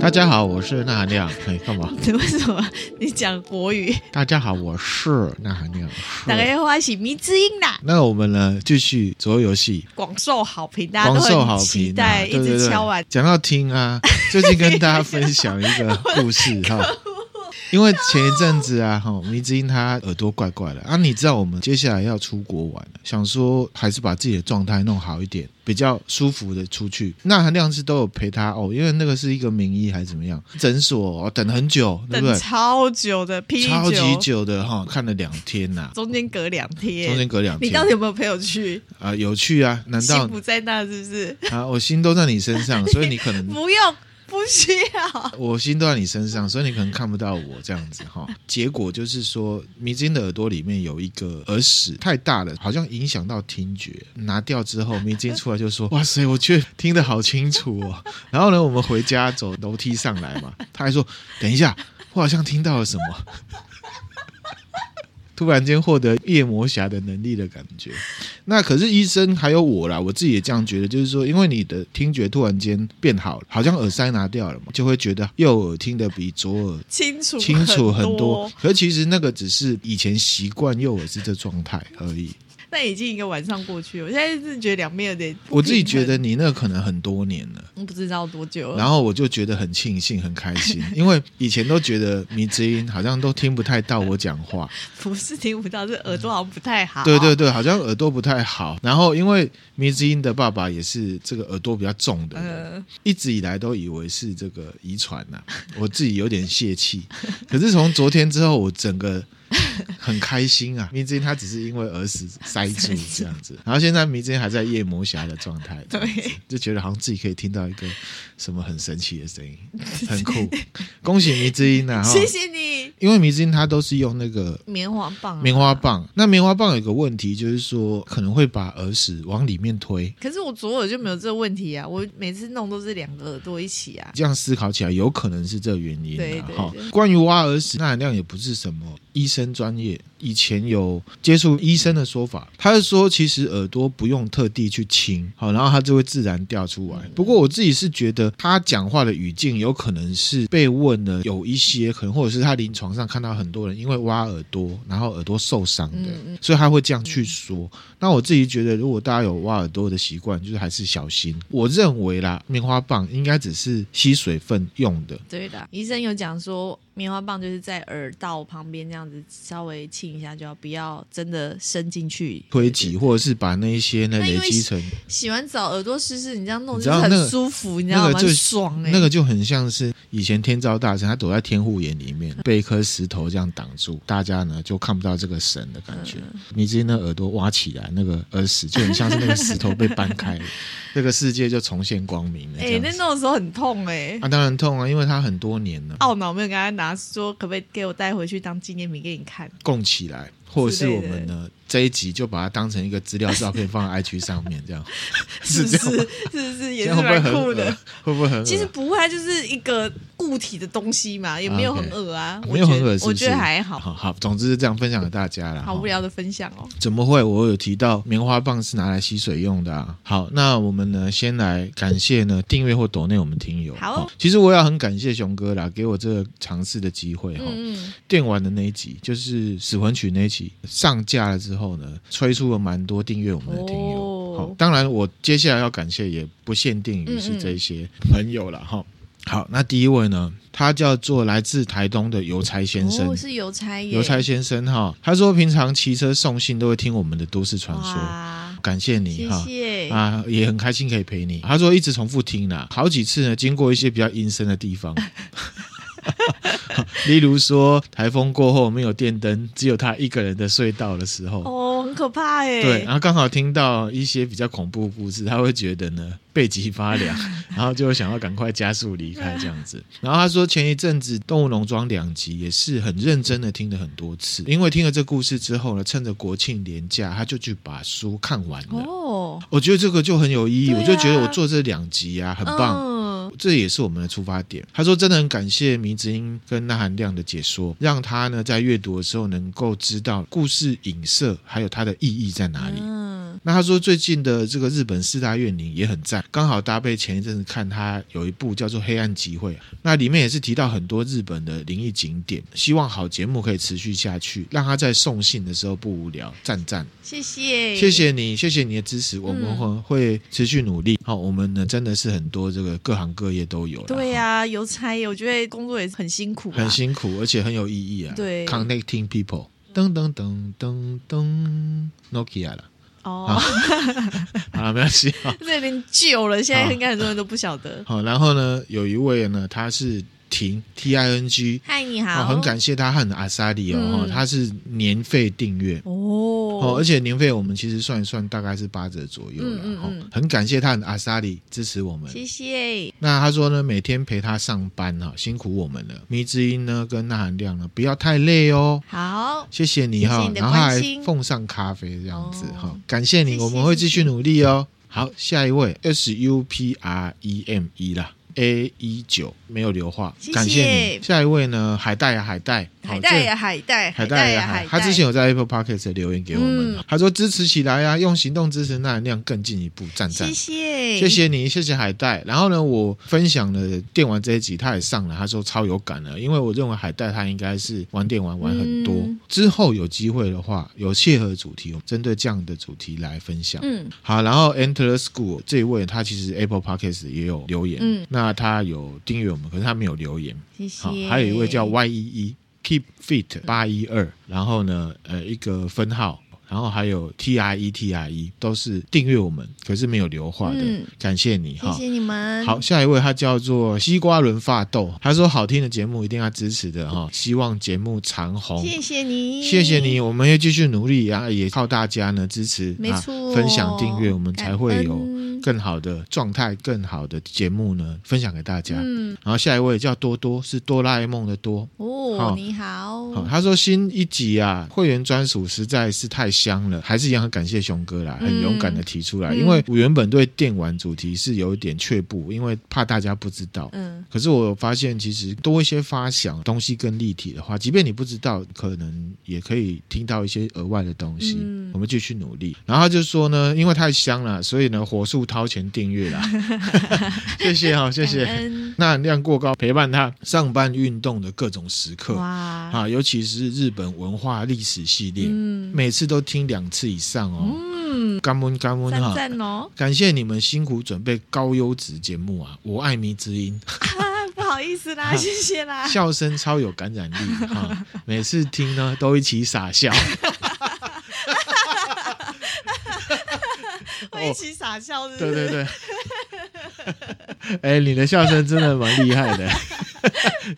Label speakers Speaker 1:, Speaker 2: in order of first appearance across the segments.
Speaker 1: 大家好，我是那含 亮。嘿，干嘛？
Speaker 2: 你 为什么你讲国语？
Speaker 1: 大家好，我是那含亮。
Speaker 2: 大
Speaker 1: 是
Speaker 2: 家欢喜迷之音啦，
Speaker 1: 那我们呢，继续左右游戏，
Speaker 2: 广受好评，大家
Speaker 1: 广
Speaker 2: 都
Speaker 1: 受好
Speaker 2: 很期
Speaker 1: 评、啊，
Speaker 2: 待，
Speaker 1: 对对
Speaker 2: 一直
Speaker 1: 对
Speaker 2: 敲完。
Speaker 1: 讲到听 啊，最近跟大家分享一个故事哈。因为前一阵子啊，哈，迷之音他耳朵怪怪的啊，你知道我们接下来要出国玩了，想说还是把自己的状态弄好一点，比较舒服的出去。那含亮是都有陪他哦，因为那个是一个名医还是怎么样，诊所、哦、等很久，对不
Speaker 2: 等
Speaker 1: 对？
Speaker 2: 超久的啤
Speaker 1: 超级
Speaker 2: 酒，
Speaker 1: 久的哈，看了两天呐、
Speaker 2: 中间隔两
Speaker 1: 中间
Speaker 2: 天，
Speaker 1: 隔两
Speaker 2: 你
Speaker 1: 天
Speaker 2: 到
Speaker 1: 啊
Speaker 2: 底、有没有陪我去？
Speaker 1: 有趣啊？难
Speaker 2: 幸
Speaker 1: 道
Speaker 2: 福在那是不是？
Speaker 1: 啊，我心都在你身上，所以你 可能
Speaker 2: 不用，不需要。
Speaker 1: 我心都在你身上，所以你可能看不到我这样子哈。结果就是说，迷津的耳朵里面有一个耳屎太大了，好像影响到听觉。拿掉之后，迷津出来就说：“哇塞，我觉得听得好清楚哦。”然后呢，我们回家走楼梯上来嘛，他还说：“等一下，我好像听到了什么。” 突然间获得夜魔侠的能力的感觉，那可是医生还有我啦，我自己也这样觉得，就是说，因为你的听觉突然间变好了，好像耳塞拿掉了嘛，就会觉得右耳听得比左耳
Speaker 2: 清楚
Speaker 1: 清楚很多
Speaker 2: 嗯多，。
Speaker 1: 可其实那个只是以前习惯右耳是这状态而已。
Speaker 2: 那已经一个晚上过去了，我现在是觉得两边有点不平衡，
Speaker 1: 我自己觉得你那可能很多年了。
Speaker 2: 不知道多久了。
Speaker 1: 然后我就觉得很庆幸、很开 心，因为以前都觉得迷之音好像都听不太到我讲话，
Speaker 2: 不是听不到，是耳朵好像不太好。
Speaker 1: 对对对，好像耳朵不太好。然后因为迷之音的爸爸也是这个耳朵比较重的人，
Speaker 2: 嗯，
Speaker 1: 一直以来都以为是这个遗传呐、 我自己有点泄气。可是从昨天之后，我整个很开心啊！迷 之音他只是因为耳屎塞住这样子，然后现在迷之音还在夜魔侠的状态，这样子
Speaker 2: 对，
Speaker 1: 就觉得好像自己可以听到一个什么很神奇的声音，很 酷。恭喜迷之音呐、啊！哈
Speaker 2: 谢谢你，
Speaker 1: 因为迷之音他都是用那个
Speaker 2: 棉花棒啊，
Speaker 1: 棉花棒，那棉花棒有个问题就是说，可能会把耳屎往里面推。
Speaker 2: 可是我左耳就没有这个问题啊，我每次弄都是两个耳朵一起啊。
Speaker 1: 这样思考起来，有可能是这原因、啊。
Speaker 2: 对对
Speaker 1: 哈
Speaker 2: 对
Speaker 1: 关于挖耳屎，那含量也不是什么医生专业。以前有接触医生的说法，他是说其实耳朵不用特地去清，好，然后它就会自然掉出
Speaker 2: 嗯
Speaker 1: 来。不过我自己是觉得他讲话的语境有可能是被问了有一些，可能或者是他临床上看到很多人因为挖耳朵，然后耳朵受伤的，
Speaker 2: 嗯嗯
Speaker 1: 所以他会这样去说。那我自己觉得，如果大家有挖耳朵的习惯，就是还是小心。我认为啦，棉花棒应该只是吸水分用的。
Speaker 2: 对的，医生有讲说，棉花棒就是在耳道旁边这样子稍微浸一下就好，不要真的伸进去。
Speaker 1: 推挤，或者是把那一些呢
Speaker 2: 那因
Speaker 1: 累
Speaker 2: 为
Speaker 1: 积成
Speaker 2: 洗完澡耳朵湿湿，你这样弄
Speaker 1: 你
Speaker 2: 就
Speaker 1: 知道
Speaker 2: 是
Speaker 1: 那个
Speaker 2: 很舒服，你知道
Speaker 1: 那
Speaker 2: 吗？
Speaker 1: 个就
Speaker 2: 很爽哎、
Speaker 1: 那个就很像是以前天照大神，他躲在天护眼里
Speaker 2: 嗯
Speaker 1: 面，被一颗石头这样挡住，大家呢就看不到这个神的感觉。
Speaker 2: 嗯
Speaker 1: 迷之音的耳朵挖起来，那个耳屎就很像是那个石头被搬开 了，这个世界就重现光明了。
Speaker 2: 哎、
Speaker 1: 这样
Speaker 2: 那
Speaker 1: 子
Speaker 2: 弄的时候很痛哎、
Speaker 1: 啊，当然痛啊，因为它很多年了。
Speaker 2: 懊恼没有跟他拿，说可不可以给我带回去当纪念品给 你看？
Speaker 1: 供起来，或者是我们呢这一集就把它当成一个资料照片放在 IG 上面，这样
Speaker 2: 是不
Speaker 1: 这
Speaker 2: 是？
Speaker 1: 样吗，
Speaker 2: 是不是
Speaker 1: 这
Speaker 2: 也是
Speaker 1: 样会不会
Speaker 2: 蛮
Speaker 1: 很
Speaker 2: 酷
Speaker 1: 恶
Speaker 2: 的？？
Speaker 1: 会不会很恶？啊
Speaker 2: 其实不会，它就是一个固体的东西嘛，也没有很恶啊
Speaker 1: 啊，
Speaker 2: 我
Speaker 1: 没有
Speaker 2: 觉
Speaker 1: 很恶
Speaker 2: 得
Speaker 1: 心，
Speaker 2: 我觉
Speaker 1: 是
Speaker 2: 得
Speaker 1: 不是
Speaker 2: 还好，
Speaker 1: 好好，总之是这样分享给大家啦。
Speaker 2: 好
Speaker 1: 哈
Speaker 2: 无聊的分享哦。
Speaker 1: 怎么会？我有提到棉花棒是拿来吸水用的啊。好，那我们呢，先来感谢呢订阅或抖内我们听友。
Speaker 2: 好
Speaker 1: 哦其实我也很感谢熊哥啦，给我这个尝试的机会哈。
Speaker 2: 嗯嗯，
Speaker 1: 电玩的那一集，就是死魂曲那一集上架了之后呢，催出了蛮多订阅我们的听友。
Speaker 2: 哦
Speaker 1: 好，当然我接下来要感谢也不限定于是这些朋友了哈。好，那第一位呢，他叫做来自台东的邮差先生。
Speaker 2: 哦是邮差耶，
Speaker 1: 邮差先生哈，他说平常骑车送信都会听我们的都市传说，
Speaker 2: 哇，
Speaker 1: 感谢你
Speaker 2: 谢
Speaker 1: 哈。
Speaker 2: 谢，
Speaker 1: 啊，也很开心可以陪你。他说一直重复听啦，好几次呢，经过一些比较阴森的地 方，例如说台风过后没有电灯，只有他一个人的隧道的时候，
Speaker 2: 哦，很可怕哎，
Speaker 1: 对，啊然后刚好听到一些比较恐怖故事，他会觉得呢 背脊发 凉，然后就会想要赶快加速离开这样子。然后他说前一阵子《动物农庄》两集也是很认真的听了很多次，因为听了这故事之后呢，趁着国庆连假，他就去把书看完了。
Speaker 2: 哦，
Speaker 1: 我觉得这个就很有意义，
Speaker 2: 对啊
Speaker 1: 我就觉得我做这两集啊，很棒。
Speaker 2: 嗯，
Speaker 1: 这也是我们的出发点。他说：“真的很感谢迷之音跟那含亮的解说，让他呢在阅读的时候能够知道故事影射还有它的意义在哪里。
Speaker 2: 嗯，
Speaker 1: 那他说最近的这个日本四大怨灵也很赞，刚好搭配前一阵子看他有一部叫做《黑暗集会》，那里面也是提到很多日本的灵异景点，希望好节目可以持续下去，让他在送信的时候不无聊，赞赞。
Speaker 2: 谢谢，
Speaker 1: 谢，谢你，谢谢你的支持，我们会会持续努力。好、我们呢真的是很多这个各行各业都有啦，
Speaker 2: 对呀、邮差，我觉得工作也很辛苦、啊，
Speaker 1: 很辛苦，而且很有意义啊。
Speaker 2: 对
Speaker 1: ，connecting people，噔噔噔噔噔，Nokia 了，
Speaker 2: 哦，
Speaker 1: 好了，没关系啊。
Speaker 2: 这有点久了，现在
Speaker 1: 好
Speaker 2: 应该很多人都不晓得。
Speaker 1: 好，然后呢，有一位呢，他是婷 T I N G，
Speaker 2: 嗨，你好，
Speaker 1: 哦，很感谢他和阿萨里哦，
Speaker 2: 嗯
Speaker 1: 哦他是年费订阅。哦，
Speaker 2: 哦
Speaker 1: 而，且年费我们其实算一算，大概是八折左右了。
Speaker 2: 嗯嗯
Speaker 1: 哦
Speaker 2: 嗯
Speaker 1: 很感谢他和阿萨里支持我们，
Speaker 2: 谢谢，
Speaker 1: 那他说呢，每天陪他上班哈、辛苦我们了。迷之音呢跟那含亮呢，不要太累哦。
Speaker 2: 好，
Speaker 1: 谢谢你哈、
Speaker 2: 谢谢你的
Speaker 1: 然后他
Speaker 2: 关
Speaker 1: 还
Speaker 2: 心
Speaker 1: 奉上咖啡这样子哈、
Speaker 2: 哦
Speaker 1: 感谢你，
Speaker 2: 谢谢
Speaker 1: 我们会继
Speaker 2: 谢
Speaker 1: 续
Speaker 2: 谢
Speaker 1: 努力哦。好，下一位 S U P R E M E 啦，A 一九没有留话，
Speaker 2: 谢谢
Speaker 1: 感谢你。下一位呢，海带呀、啊海带，好
Speaker 2: 海带
Speaker 1: 这
Speaker 2: 呀，哦海带，
Speaker 1: 海带
Speaker 2: 呀，
Speaker 1: 呀，
Speaker 2: 海
Speaker 1: 海
Speaker 2: 带，
Speaker 1: 他之前有在 Apple Podcast 留言给我们，啊
Speaker 2: 嗯
Speaker 1: 他说支持起来呀、啊用行动支持那含量更进一步，赞赞
Speaker 2: 谢。谢，
Speaker 1: 谢，谢你，谢谢海带。然后呢，我分享了电玩这一集，他也上了，他说超有感的，因为我认为海带他应该是玩电玩玩很多，
Speaker 2: 嗯
Speaker 1: 之后有机会的话，有切合主题，我们针对这样的主题来分享。
Speaker 2: 嗯，
Speaker 1: 好，然后 Enter the School 这一位，他其实 Apple Podcast 也有留言，
Speaker 2: 嗯
Speaker 1: 那他有订阅我们，可是他没有留言。
Speaker 2: 谢
Speaker 1: 好
Speaker 2: 谢，，
Speaker 1: 还有一位叫 Y 一一 Keep Fit 八一二，然后呢，呃，一个分号，然后还有 T R E T R E 都是订阅我们，可是没有留话的，
Speaker 2: 嗯
Speaker 1: 感谢你
Speaker 2: 谢
Speaker 1: 哈。
Speaker 2: 谢你们，
Speaker 1: 好，，下一位他叫做西瓜轮发豆，他说好听的节目一定要支持的哈，希望节目长红。
Speaker 2: 谢谢你，
Speaker 1: 谢谢你，，我们要继续努力啊，也靠大家呢支持，
Speaker 2: 没
Speaker 1: 啊
Speaker 2: 错
Speaker 1: 分享订阅，我们才会
Speaker 2: 感
Speaker 1: 有
Speaker 2: 恩
Speaker 1: 更好的状态、更好的节目呢分享给大家。
Speaker 2: 嗯，
Speaker 1: 然后下一位叫多多，是哆啦 A 梦的多。
Speaker 2: 哦，
Speaker 1: 好
Speaker 2: 你好，
Speaker 1: 好、他说新一集啊，会员专属实在是太香了，还是一样很感谢熊哥啦，
Speaker 2: 嗯
Speaker 1: 很勇敢的提出来，
Speaker 2: 嗯
Speaker 1: 因为我原本对电玩主题是有一点却步，因为怕大家不知道。
Speaker 2: 嗯，
Speaker 1: 可是我有发现，其实多一些发想东西更立体的话，即便你不知道，可能也可以听到一些额外的东西。
Speaker 2: 嗯
Speaker 1: 我们继续努力。然后他就说呢，因为太香了，所以呢，火速掏钱订阅 啦。谢谢哈、哦，谢谢。
Speaker 2: 感恩
Speaker 1: 那量过高陪伴他上班运动的各种时刻
Speaker 2: 哇，
Speaker 1: 啊，尤其是日本文化历史系列，
Speaker 2: 嗯
Speaker 1: 每次都听两次以上哦。
Speaker 2: 嗯，
Speaker 1: 干温干温
Speaker 2: 赞
Speaker 1: 哈！
Speaker 2: 赞哦，
Speaker 1: 感谢你们辛苦准备高优质节目啊！我爱迷之 音，
Speaker 2: 啊，不好意思啦，谢谢啦，
Speaker 1: 笑声超有感染力哈！ 每次听呢都一起傻笑，
Speaker 2: 会一起傻笑，
Speaker 1: 对对， 对。哎、你的笑声真的蛮厉害 的，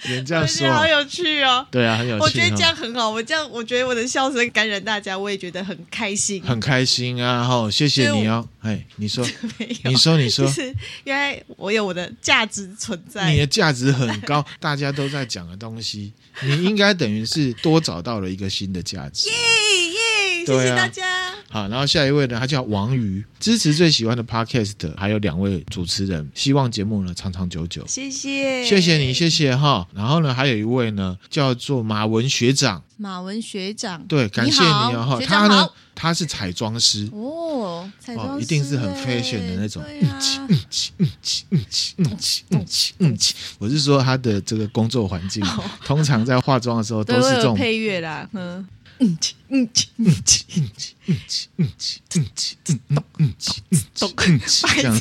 Speaker 1: 人这
Speaker 2: 我
Speaker 1: 样
Speaker 2: 觉
Speaker 1: 说
Speaker 2: 得
Speaker 1: 啊
Speaker 2: 好，有趣哦。
Speaker 1: 对啊，很有趣哈。
Speaker 2: 我觉得这样很好，我这样我觉得我的笑声感染大家，我也觉得很开心。
Speaker 1: 很开心啊！哈、谢谢你哦。哎，你说，
Speaker 2: 没有
Speaker 1: 你，说，你
Speaker 2: 就
Speaker 1: 说，
Speaker 2: 是原来我有我的价值存
Speaker 1: 你
Speaker 2: 在。
Speaker 1: 的价值很高， 大家都在讲的东西，你应该等于是多找到了一个新的价 值。
Speaker 2: 耶耶，谢
Speaker 1: 对
Speaker 2: 谢
Speaker 1: 啊
Speaker 2: 大家。
Speaker 1: 好，然后下一位呢，他叫王瑜，支持最喜欢的 podcast，还有两位主持人，希望节目呢长长久久。
Speaker 2: 谢谢，
Speaker 1: 谢谢你，谢谢哈。然后呢，还有一位呢，叫做马文学长，
Speaker 2: 马文学长。
Speaker 1: 对，感谢你哦。
Speaker 2: 好
Speaker 1: 哈
Speaker 2: 学
Speaker 1: 他
Speaker 2: 长
Speaker 1: 呢
Speaker 2: 好，
Speaker 1: 他是彩妆师，
Speaker 2: 哦，彩妆
Speaker 1: 哦，
Speaker 2: 师
Speaker 1: 一定是很
Speaker 2: 哎
Speaker 1: fashion 的那种，
Speaker 2: 对
Speaker 1: 嗯起
Speaker 2: 啊
Speaker 1: 嗯起嗯起嗯起嗯起嗯起嗯起，我是说他的这个工作环境，通常在化妆的时候 都
Speaker 2: 哦
Speaker 1: 是
Speaker 2: 对，我
Speaker 1: 这
Speaker 2: 有
Speaker 1: 种
Speaker 2: 配乐啦，嗯嗯嗯嗯，
Speaker 1: 起嗯起嗯起嗯起嗯起嗯咚嗯起嗯起嗯起这样。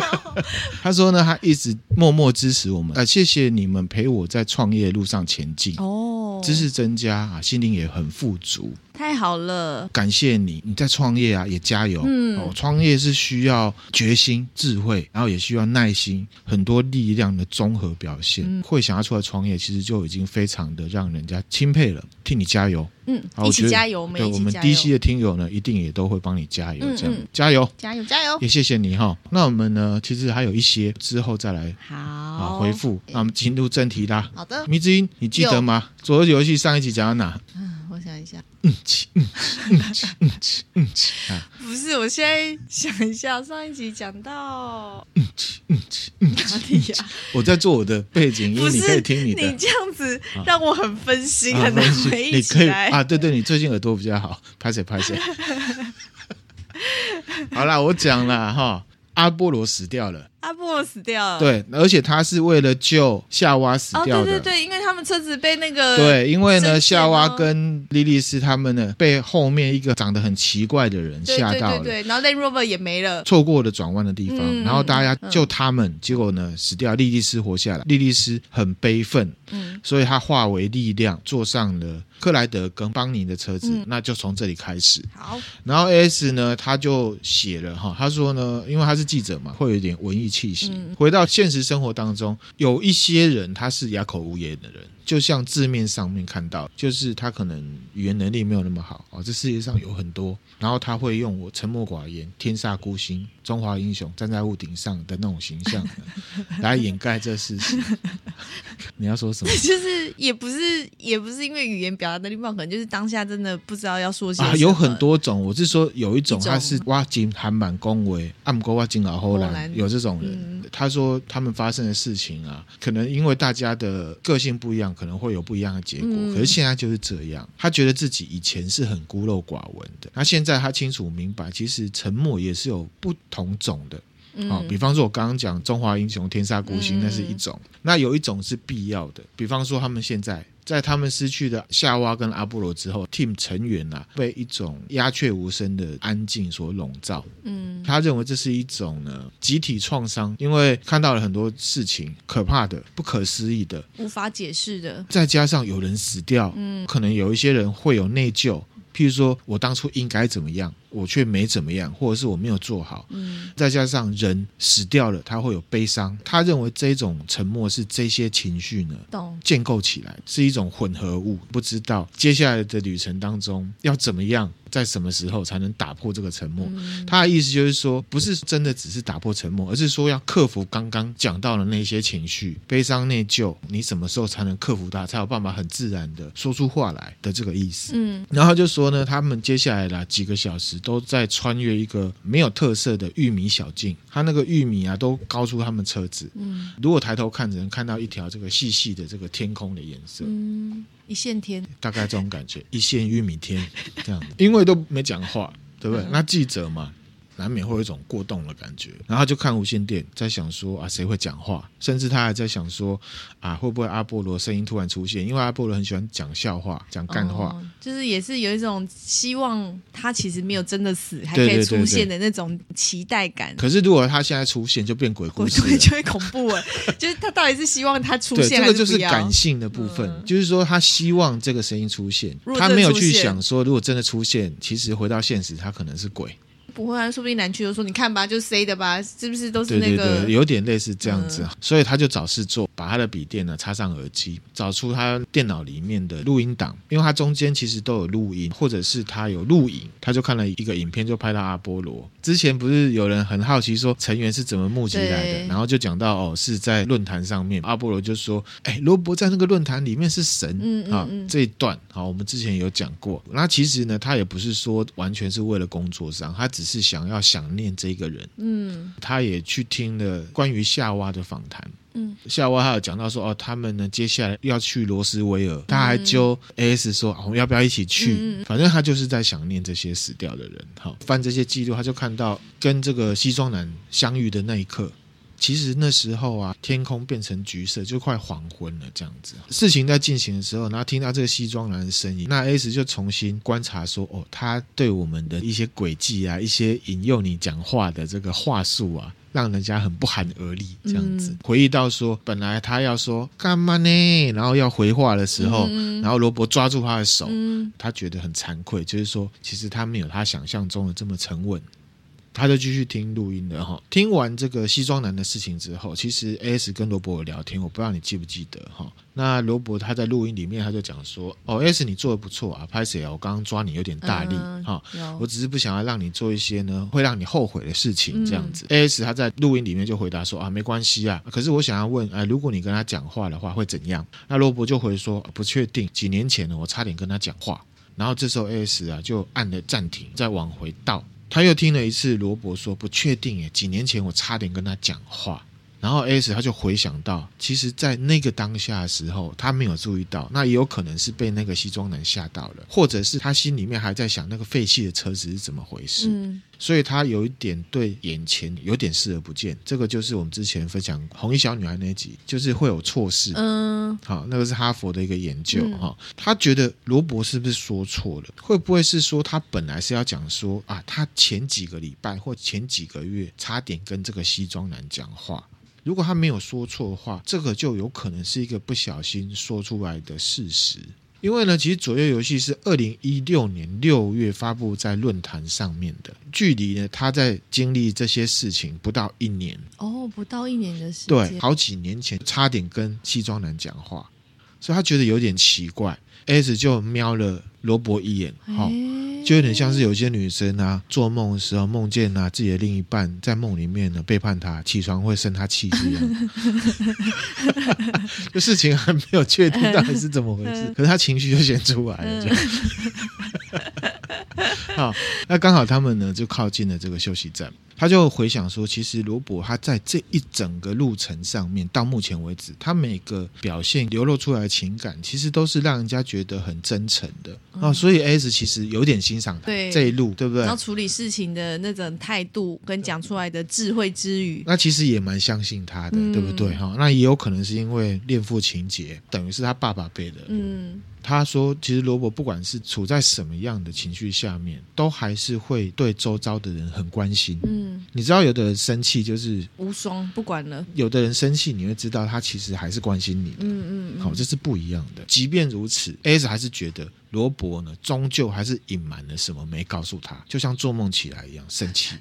Speaker 2: 哦
Speaker 1: 他说呢，他一直默默支持我们，啊，谢谢你们陪我在创业路上前进。
Speaker 2: 哦，
Speaker 1: 知识增加啊，心灵也很富足。
Speaker 2: 太好了，
Speaker 1: 感谢你，你在创业啊，也加油。
Speaker 2: 嗯
Speaker 1: 哦，创业是需要决心、智慧，然后也需要耐心，很多力量的综合表现。
Speaker 2: 嗯
Speaker 1: 会想要出来创业，其实就已经非常的让人家钦佩了。替你加油，
Speaker 2: 嗯，
Speaker 1: 好
Speaker 2: 一
Speaker 1: 我觉
Speaker 2: 起
Speaker 1: 得
Speaker 2: 加油，我们
Speaker 1: 对
Speaker 2: 一
Speaker 1: 我
Speaker 2: 起
Speaker 1: 们
Speaker 2: 加油
Speaker 1: DC 的听友呢，一定也都会帮你加油。
Speaker 2: 嗯
Speaker 1: 这样
Speaker 2: 嗯
Speaker 1: 加油，
Speaker 2: 加油加油，
Speaker 1: 也谢谢你哈。那我们呢，其实还有一些之后再来啊
Speaker 2: 好，
Speaker 1: 回复。那我们进入正题啦。
Speaker 2: 好的，
Speaker 1: 迷之音，你记得
Speaker 2: 哦有
Speaker 1: 吗？左右游戏上一集讲到哪？
Speaker 2: 嗯，我想一下，
Speaker 1: 嗯起嗯起嗯起嗯起嗯起啊。
Speaker 2: 不是，我现在想一下，上一集讲到
Speaker 1: 嗯起嗯起嗯
Speaker 2: 哪
Speaker 1: 起
Speaker 2: 里呀？
Speaker 1: 我在做我的背景
Speaker 2: 不
Speaker 1: 音，你可
Speaker 2: 是
Speaker 1: 以听你的。
Speaker 2: 这样子让我很分心，
Speaker 1: 啊
Speaker 2: 很难
Speaker 1: 没关系
Speaker 2: 回忆
Speaker 1: 你
Speaker 2: 起
Speaker 1: 可以
Speaker 2: 来。
Speaker 1: 啊，对对，你最近耳朵比较好，拍谁拍谁。好啦，我讲啦哈，阿波罗死掉了，
Speaker 2: 阿波罗死掉了。
Speaker 1: 对，而且他是为了救夏娃死
Speaker 2: 哦，
Speaker 1: 掉的。
Speaker 2: 对对对，因为他们车子被那个
Speaker 1: 对因为呢，
Speaker 2: 圣贤
Speaker 1: 夏娃
Speaker 2: 哦
Speaker 1: 跟莉莉丝他们呢，被后面一个长得很奇怪的人
Speaker 2: 对
Speaker 1: 吓
Speaker 2: 对
Speaker 1: 到了，
Speaker 2: 对对，然后 Land Rover 也没了。
Speaker 1: 错过了转弯的地方，
Speaker 2: 嗯
Speaker 1: 然后大家
Speaker 2: 嗯
Speaker 1: 救他们，结果呢死掉，莉莉丝活下来，莉莉丝很悲愤，
Speaker 2: 嗯
Speaker 1: 所以她化为力量，坐上了克莱德跟邦尼的车子，
Speaker 2: 嗯
Speaker 1: 那就从这里开始。
Speaker 2: 好，
Speaker 1: 然后 S 呢，他就写了哈，他说呢，因为他是记者嘛，会有一点文艺气息。
Speaker 2: 嗯
Speaker 1: 回到现实生活当中，有一些人他是哑口无言的人，就像字面上面看到，就是他可能语言能力没有那么好啊、哦，这世界上有很多，然后他会用我沉默寡言、天煞孤星、中华英雄站在屋顶上的那种形象呢来掩盖这事实。你要说什么？
Speaker 2: 就是也不是也不是因为语言表达能力不好，可能就是当下真的不知道要说些什
Speaker 1: 啊，
Speaker 2: 么
Speaker 1: 有很多种，我是说有一种
Speaker 2: 一种
Speaker 1: 他是挖金韩满恭维，暗沟挖金老后
Speaker 2: 后
Speaker 1: 来
Speaker 2: 来
Speaker 1: 有这种人，
Speaker 2: 嗯
Speaker 1: 他说他们发生的事情啊，可能因为大家的个性不一样，可能会有不一样的结果。
Speaker 2: 嗯
Speaker 1: 可是现在就是这样，他觉得自己以前是很孤陋寡闻的，那现在他清楚明白，其实沉默也是有不同种的。
Speaker 2: 嗯
Speaker 1: 啊、比方说，我刚刚讲中华英雄天煞孤星，
Speaker 2: 嗯
Speaker 1: 那是一种；那有一种是必要的，比方说他们现在在他们失去了夏娃跟阿波罗之后，team 成员啊被一种鸦雀无声的安静所笼罩。
Speaker 2: 嗯
Speaker 1: 他认为这是一种呢集体创伤，因为看到了很多事情可怕的、不可思议的，
Speaker 2: 无法解释的，
Speaker 1: 再加上有人死掉，
Speaker 2: 嗯
Speaker 1: 可能有一些人会有内疚，譬如说我当初应该怎么样，我却没怎么样，或者是我没有做好。
Speaker 2: 嗯
Speaker 1: 再加上人死掉了，他会有悲伤。他认为这种沉默是这些情绪呢
Speaker 2: 懂
Speaker 1: 建构起来，是一种混合物。不知道接下来的旅程当中要怎么样，在什么时候才能打破这个沉默。
Speaker 2: 嗯
Speaker 1: 他的意思就是说，不是真的只是打破沉默，而是说要克服刚刚讲到的那些情绪，悲伤、内疚，你什么时候才能克服它，才有办法很自然的说出话来的这个意思。
Speaker 2: 嗯
Speaker 1: 然后他就说呢，他们接下来啦几个小时都在穿越一个没有特色的玉米小径，他那个玉米啊都高出他们车子。
Speaker 2: 嗯
Speaker 1: 如果抬头看，只能看到一条这个细细的这个天空的颜色，
Speaker 2: 嗯一线天，
Speaker 1: 大概这种感觉，一线玉米天这样。因为都没讲话，对不对？
Speaker 2: 嗯
Speaker 1: 那记者嘛，难免会有一种过动的感觉。然后他就看无线电，在想说啊，谁会讲话？甚至他还在想说啊，会不会阿波罗声音突然出现？因为阿波罗很喜欢讲笑话、讲干话。
Speaker 2: 哦就是也是有一种希望他其实没有真的死，还可
Speaker 1: 对
Speaker 2: 以
Speaker 1: 对对
Speaker 2: 出现的那种期待感。
Speaker 1: 可是如果他现在出现，就变鬼故
Speaker 2: 我
Speaker 1: 事
Speaker 2: 对
Speaker 1: 了。
Speaker 2: 就会恐怖 哎，就是他到底是希望他出
Speaker 1: 对，
Speaker 2: 现
Speaker 1: 这
Speaker 2: 还
Speaker 1: 个就是
Speaker 2: 不要？
Speaker 1: 感性的部分，就是说他希望这个声音出现
Speaker 2: 如，果
Speaker 1: 他
Speaker 2: 真的
Speaker 1: 没有
Speaker 2: 出
Speaker 1: 去
Speaker 2: 现
Speaker 1: 想说，如果真的出现，其实回到现实，他可能是鬼。
Speaker 2: 不会啊，说不定南区就说你看吧，就是 C 的吧，是不是都
Speaker 1: 对
Speaker 2: 是那
Speaker 1: 对
Speaker 2: 个？嗯
Speaker 1: 对，有点类似这样子，所以他就找事做，把他的笔电呢插上耳机，找出他电脑里面的录音档，因为他中间其实都有录音，或者是他有录影，他就看了一个影片，就拍到阿波罗。之前不是有人很好奇说成员是怎么募集来的，
Speaker 2: 对
Speaker 1: 然后就讲到哦是在论坛上面，阿波罗就说，哎，罗伯在那个论坛里面是神，
Speaker 2: 嗯嗯
Speaker 1: 啊
Speaker 2: 嗯
Speaker 1: 这一段好，我们之前有讲过。那其实呢，他也不是说完全是为了工作上，他只是想要想念这个人。
Speaker 2: 嗯
Speaker 1: 他也去听了关于夏娃的访谈。
Speaker 2: 嗯，
Speaker 1: 夏娃还有讲到说，哦，他们呢接下来要去罗斯威尔，他还揪 AS 说，哦我们要不要一起去？
Speaker 2: 嗯
Speaker 1: 反正他就是在想念这些死掉的人。好，翻这些记录，他就看到跟这个西装男相遇的那一刻。其实那时候啊，天空变成橘色，就快黄昏了，这样子。事情在进行的时候，然后听到这个西装男的声音，那 S 就重新观察说，哦，他对我们的一些轨迹啊，一些引诱你讲话的这个话术啊，让人家很不寒而栗，这样子。
Speaker 2: 嗯
Speaker 1: 回忆到说，本来他要说干嘛呢，然后要回话的时候，
Speaker 2: 嗯
Speaker 1: 然后罗伯抓住他的手，
Speaker 2: 嗯
Speaker 1: 他觉得很惭愧，就是说，其实他没有他想象中的这么沉稳。他就继续听录音了哈。听完这个西装男的事情之后，其实 S 跟罗伯有聊天，我不知道你记不记得哈。那罗伯他在录音里面他就讲说：“哦，S 你做的不错啊，拍谁啊？我刚刚抓你有点大力
Speaker 2: 嗯
Speaker 1: 哈、
Speaker 2: 有
Speaker 1: 我只是不想要让你做一些呢会让你后悔的事情，这样子。A S 他在录音里面就回答说啊，没关系啊，可是我想要问，哎、如果你跟他讲话的话会怎样？那罗伯就回说啊不确定，几年前呢，我差点跟他讲话。然后这时候 A S 啊就按了暂停，再往回倒，他又听了一次罗伯说不确定耶，几年前我差点跟他讲话。然后 S 他就回想到，其实，在那个当下的时候，他没有注意到，那也有可能是被那个西装男吓到了，或者是他心里面还在想那个废弃的车子是怎么回事，
Speaker 2: 嗯，
Speaker 1: 所以他有一点对眼前有点视而不见。这个就是我们之前分享《红衣小女孩》那一集，就是会有错视。
Speaker 2: 嗯，
Speaker 1: 好，那个是哈佛的一个研究
Speaker 2: 嗯
Speaker 1: 哈、他觉得罗伯是不是说错了？会不会是说他本来是要讲说啊，他前几个礼拜或前几个月差点跟这个西装男讲话？如果他没有说错的话，这个就有可能是一个不小心说出来的事实。因为呢，其实左右游戏是二零一六年六月发布在论坛上面的，距离呢他在经历这些事情不到一年，
Speaker 2: 哦，不到一年的时
Speaker 1: 对，
Speaker 2: 间，
Speaker 1: 好几年前差点跟西装男讲话，所以他觉得有点奇怪。S 就瞄了罗伯一眼，好、
Speaker 2: 哎
Speaker 1: 就有点像是有些女生啊，做梦的时候梦见啊自己的另一半在梦里面呢背叛她，起床会生她气一样。 就事情还没有确定到底是怎么回事，可是她情绪就先出来了。这样好，那刚好他们呢就靠近了这个休息站，他就回想说，其实罗伯他在这一整个路程上面，到目前为止，他每个表现流露出来的情感，其实都是让人家觉得很真诚的啊、哦所以 S 其实有点欣赏他
Speaker 2: 嗯对
Speaker 1: 这一路，对不对
Speaker 2: 然后？处理事情的那种态度跟讲出来的智慧之语，
Speaker 1: 那其实也蛮相信他的，
Speaker 2: 嗯
Speaker 1: 对不对？哈、那也有可能是因为恋父情节，等于是他爸爸辈的。
Speaker 2: 嗯，
Speaker 1: 他说，其实罗伯不管是处在什么样的情绪下面，都还是会对周遭的人很关心。
Speaker 2: 嗯，
Speaker 1: 你知道，有的人生气就是
Speaker 2: 无双不管了，
Speaker 1: 有的人生气，你会知道他其实还是关心你的。
Speaker 2: 嗯嗯，
Speaker 1: 好，这是不一样的。即便如此，S 还是觉得罗伯呢，终究还是隐瞒了什么没告诉他，就像做梦起来一样生 气。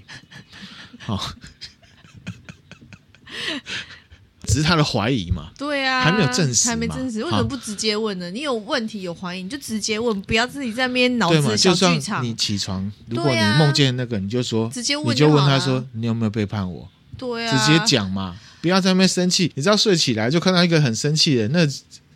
Speaker 1: 好，只是他的怀疑嘛。
Speaker 2: 对啊，
Speaker 1: 还没有证实嘛
Speaker 2: 还没证实，为什
Speaker 1: 好
Speaker 2: 么不直接问呢？你有问题有怀疑，你就直接问，不要自己在那边脑
Speaker 1: 对
Speaker 2: 子
Speaker 1: 嘛？
Speaker 2: 的
Speaker 1: 就
Speaker 2: 小
Speaker 1: 算
Speaker 2: 剧场
Speaker 1: 你。起床，如果
Speaker 2: 对
Speaker 1: 你
Speaker 2: 啊
Speaker 1: 梦见那个，你就说，
Speaker 2: 直接问
Speaker 1: 你就
Speaker 2: 就
Speaker 1: 问
Speaker 2: 好
Speaker 1: 他
Speaker 2: 啦
Speaker 1: 说，你有没有背叛我？
Speaker 2: 对
Speaker 1: 直
Speaker 2: 啊，
Speaker 1: 接讲嘛，不要在那边生气。你知道睡起来就看到一个很生气的人，那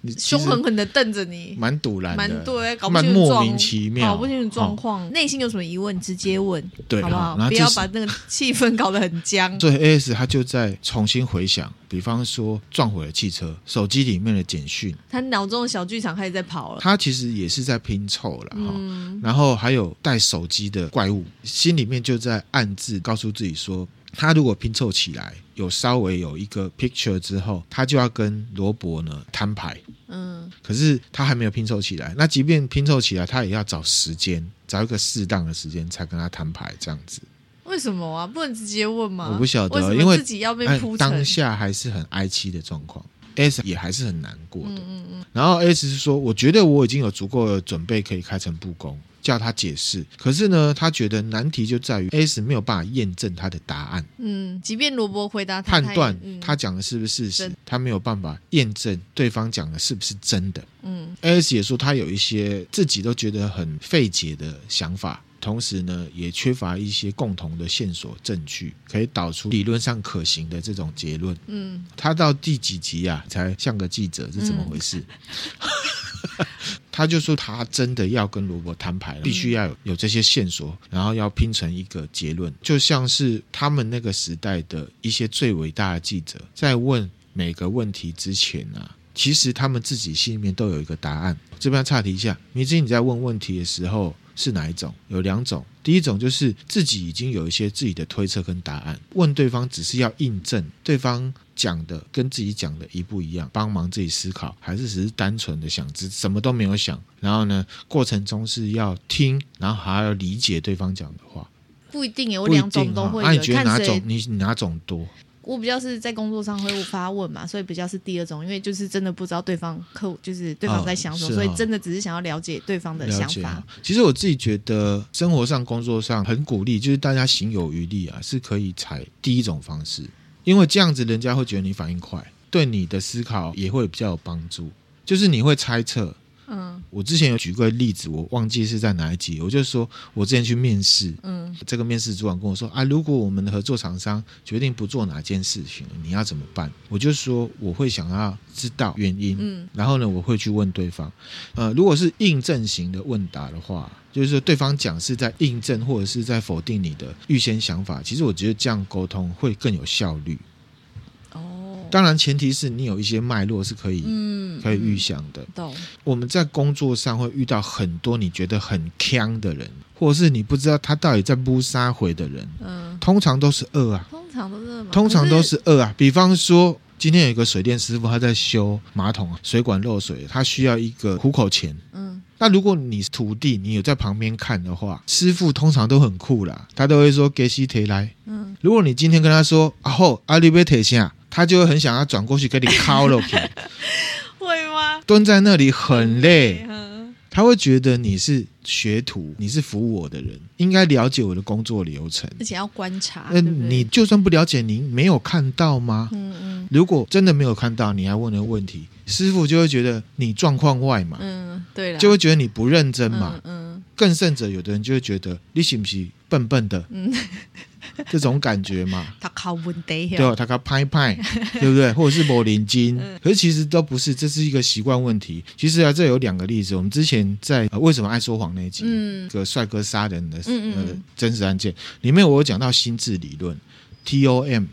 Speaker 1: 你其
Speaker 2: 凶
Speaker 1: 实
Speaker 2: 狠狠的瞪着你，
Speaker 1: 蛮堵然的，
Speaker 2: 欸蛮对，搞不
Speaker 1: 蛮
Speaker 2: 清楚
Speaker 1: 莫
Speaker 2: 状
Speaker 1: 名其妙，
Speaker 2: 搞不清楚
Speaker 1: 哦
Speaker 2: 状况，内心有什么疑问直接问，
Speaker 1: 对，
Speaker 2: 好不好？
Speaker 1: 然后
Speaker 2: 不
Speaker 1: 这
Speaker 2: 要
Speaker 1: 是
Speaker 2: 把那个气氛搞得 很僵。
Speaker 1: 哦所以 A S 他就在重新回想，比方说撞毁了汽车，手机里面的简讯，
Speaker 2: 他脑中的小剧场开始在跑了。
Speaker 1: 他其实也是在拼凑了哈。
Speaker 2: 呃嗯，
Speaker 1: 然后还有带手机的怪物，心里面就在暗自告诉自己说，他如果拼凑起来，有稍微有一个 picture 之后，他就要跟罗伯呢摊牌。
Speaker 2: 嗯，
Speaker 1: 可是他还没有拼凑起来，那即便拼凑起来，他也要找时间，找一个适当的时间才跟他摊牌，这样子。
Speaker 2: 为什么啊？不能直接问吗？
Speaker 1: 我不晓
Speaker 2: 为
Speaker 1: 得，
Speaker 2: 什么
Speaker 1: 因为
Speaker 2: 自己要被
Speaker 1: 哎
Speaker 2: 铺陈。
Speaker 1: 当下还是很哀戚的状况，S 也还是很难过的。
Speaker 2: 嗯嗯嗯，
Speaker 1: 然后 S 是说，我觉得我已经有足够的准备可以开诚布公，叫他解释。可是呢，他觉得难题就在于 S 没有办法验证他的答案，
Speaker 2: 嗯，即便罗伯回答他
Speaker 1: 判断
Speaker 2: 他也嗯
Speaker 1: 他讲的是不是事实
Speaker 2: 真，
Speaker 1: 他没有办法验证对方讲的是不是真的。
Speaker 2: 嗯
Speaker 1: S 也说他有一些自己都觉得很费解的想法，同时呢也缺乏一些共同的线索证据，可以导出理论上可行的这种结论。
Speaker 2: 嗯，
Speaker 1: 他到第几集啊才像个记者，是怎么回事？他就说他真的要跟罗伯摊牌了，必须要有有这些线索，然后要拼成一个结论，就像是他们那个时代的一些最伟大的记者，在问每个问题之前啊。其实他们自己心里面都有一个答案。这边要岔题一下，迷之音你在问问题的时候是哪一种？有两种，第一种就是自己已经有一些自己的推测跟答案，问对方只是要印证对方讲的跟自己讲的一不一样，帮忙自己思考，还是只是单纯的想，只什么都没有想。然后呢，过程中是要听，然后还要理解对方讲的话，
Speaker 2: 不一定耶，我
Speaker 1: 不一
Speaker 2: 两
Speaker 1: 定
Speaker 2: 种都
Speaker 1: 哈。
Speaker 2: 会
Speaker 1: 那、
Speaker 2: 有，
Speaker 1: 你觉得哪
Speaker 2: 看谁
Speaker 1: 种？你你哪种多？
Speaker 2: 我比较是在工作上会发问嘛，所以比较是第二种，因为就是真的不知道对方客户就是对方在想什
Speaker 1: 哦
Speaker 2: 么，
Speaker 1: 是哦
Speaker 2: 所以真的只是想要了解对方的
Speaker 1: 了
Speaker 2: 想
Speaker 1: 解
Speaker 2: 法
Speaker 1: 啊。。其实我自己觉得，生活上、工作上很鼓励，就是大家行有余力啊，是可以采第一种方式，因为这样子人家会觉得你反应快，对你的思考也会比较有帮助。就是你会猜测，
Speaker 2: 嗯
Speaker 1: 我之前有举过例子，我忘记是在哪一集，我就说我之前去面试，
Speaker 2: 嗯
Speaker 1: 这个面试主管跟我说啊，如果我们的合作厂商决定不做哪件事情，你要怎么办？我就说我会想要知道原因，
Speaker 2: 嗯
Speaker 1: 然后呢，我会去问对方。呃，如果是印证型的问答的话，就是说对方讲是在印证或者是在否定你的预先想法，其实我觉得这样沟通会更有效率。
Speaker 2: 哦，
Speaker 1: 当然前提是你有一些脉络是可以、
Speaker 2: 嗯，
Speaker 1: 可以预想的。
Speaker 2: 懂，
Speaker 1: 我们在工作上会遇到很多你觉得很呛的人，或者是你不知道他到底在不杀回的人，
Speaker 2: 嗯，
Speaker 1: 通常都是恶啊，
Speaker 2: 通常都是嘛
Speaker 1: 通常都
Speaker 2: 可
Speaker 1: 是恶啊。比方说，今天有一个水电师傅，他在修马桶啊，水管漏水，他需要一个虎口钳。
Speaker 2: 嗯，
Speaker 1: 那如果你是徒弟，你有在旁边看的话，师傅通常都很酷啦，他都会说给西提来。
Speaker 2: 嗯，
Speaker 1: 如果你今天跟他说啊后阿里贝提下，他就会很想要转过去给你敲了去，
Speaker 2: 会吗？
Speaker 1: 蹲在那里很累。
Speaker 2: 嗯
Speaker 1: 他会觉得你是学徒，你是服我的人，应该了解我的工作流程。
Speaker 2: 而且要观察，
Speaker 1: 那
Speaker 2: 啊对不对
Speaker 1: 你，就算不了解，您没有看到吗？
Speaker 2: 嗯
Speaker 1: 如果真的没有看到，你还问了问题，师傅就会觉得你状况外嘛
Speaker 2: 嗯，嗯，对了，
Speaker 1: 就会觉得你不认真嘛。
Speaker 2: 嗯嗯
Speaker 1: 更甚者，有的人就会觉得你是不是笨笨的，
Speaker 2: 嗯，。
Speaker 1: 这种感觉嘛
Speaker 2: 他考问题啊
Speaker 1: 对，哦，他他拍 拍，对不对？或者是某领巾，
Speaker 2: 嗯
Speaker 1: 可是其实都不是，这是一个习惯问题。其实啊，这有两个例子，我们之前在、呃、为什么爱说谎那一集，
Speaker 2: 嗯
Speaker 1: 一个帅哥杀人的
Speaker 2: 嗯嗯
Speaker 1: 呃
Speaker 2: 嗯
Speaker 1: 真实案件里面，我有讲到心智理论 （TOM）。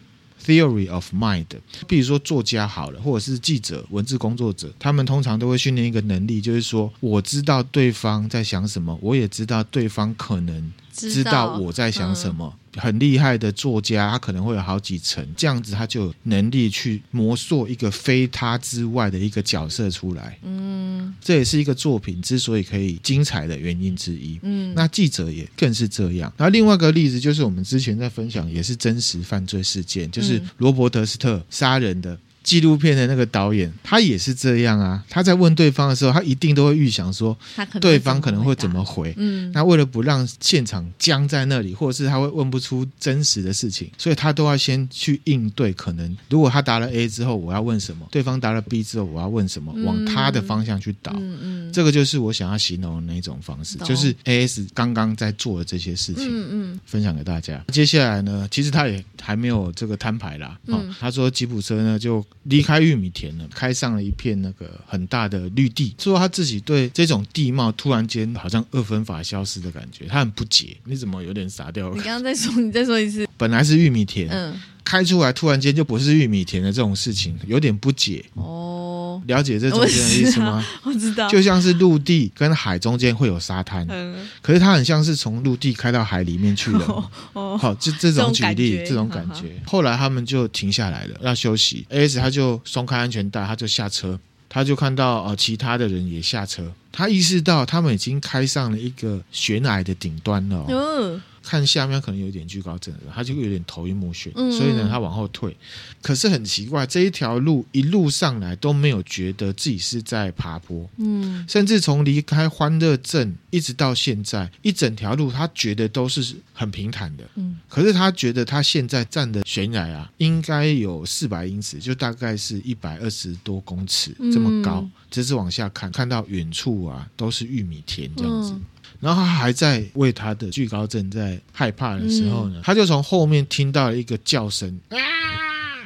Speaker 1: Theory of mind，比如说作家好了，或者是记者、文字工作者，他们通常都会训练一个能力，就是说，我知道对方在想什么，我也知道对方可能知道我在想什么。
Speaker 2: 嗯
Speaker 1: 很厉害的作家，他可能会有好几层，这样子他就有能力去磨塑一个非他之外的一个角色出来。
Speaker 2: 嗯
Speaker 1: 这也是一个作品之所以可以精彩的原因之一。
Speaker 2: 嗯，
Speaker 1: 那记者也更是这样。然后另外一个例子就是我们之前在分享，也是真实犯罪事件，就是
Speaker 2: 嗯
Speaker 1: 罗伯特斯特杀人的。纪录片的那个导演，他也是这样啊。他在问对方的时候，他一定都会预想说
Speaker 2: 他可能
Speaker 1: 对方可能会怎
Speaker 2: 回
Speaker 1: 么回
Speaker 2: 答，。嗯，
Speaker 1: 那为了不让现场僵在那里，或者是他会问不出真实的事情，所以他都要先去应对。可能如果他答了 A 之后，我要问什么；对方答了 B 之后，我要问什么，
Speaker 2: 嗯
Speaker 1: 往他的方向去导。
Speaker 2: 嗯嗯，
Speaker 1: 这个就是我想要形容的那种方式，
Speaker 2: 懂
Speaker 1: 就是 A S 刚刚在做的这些事情。
Speaker 2: 嗯嗯
Speaker 1: 分享给大家。接下来呢，其实他也还没有这个摊牌啦。哦
Speaker 2: 嗯
Speaker 1: 他说吉普车呢就离开玉米田了，开上了一片那个很大的绿地。说他自己对这种地貌突然间好像二分法消失的感觉，他很不解，你怎么有点傻掉
Speaker 2: 你
Speaker 1: 了？
Speaker 2: 刚刚在说，你再说 一次，
Speaker 1: 本来是玉米田，
Speaker 2: 嗯，
Speaker 1: 开出来突然间就不是玉米田的这种事情，有点不解。
Speaker 2: 哦，
Speaker 1: 了解这中间的意思吗？
Speaker 2: 我知道，
Speaker 1: 就像是陆地跟海中间会有沙滩，
Speaker 2: 嗯
Speaker 1: 可是它很像是从陆地开到海里面去了。
Speaker 2: 哦，
Speaker 1: 好，就这种举例，这
Speaker 2: 这
Speaker 1: 种
Speaker 2: 种
Speaker 1: 感
Speaker 2: 感觉
Speaker 1: 觉。后来他们就停下来了，要休息。A S 他就松开安全带，他就下车，他就看到呃其他的人也下车，他意识到他们已经开上了一个悬崖的顶端了哦、
Speaker 2: 嗯
Speaker 1: 看下面可能有点惧高症了，他就有点头晕目眩，
Speaker 2: 嗯
Speaker 1: 所以呢他往后退。可是很奇怪，这一条路一路上来都没有觉得自己是在爬坡。
Speaker 2: 嗯，
Speaker 1: 甚至从离开欢乐镇一直到现在，一整条路他觉得都是很平坦的。
Speaker 2: 嗯，
Speaker 1: 可是他觉得他现在站的悬崖啊，应该有四百英尺，就大概是一百二十多公尺
Speaker 2: 嗯
Speaker 1: 这么高。这是往下看，看到远处啊都是玉米田这样子。
Speaker 2: 嗯
Speaker 1: 然后他还在为他的惧高症在害怕的时
Speaker 2: 嗯
Speaker 1: 候呢，他就从后面听到了一个叫声啊！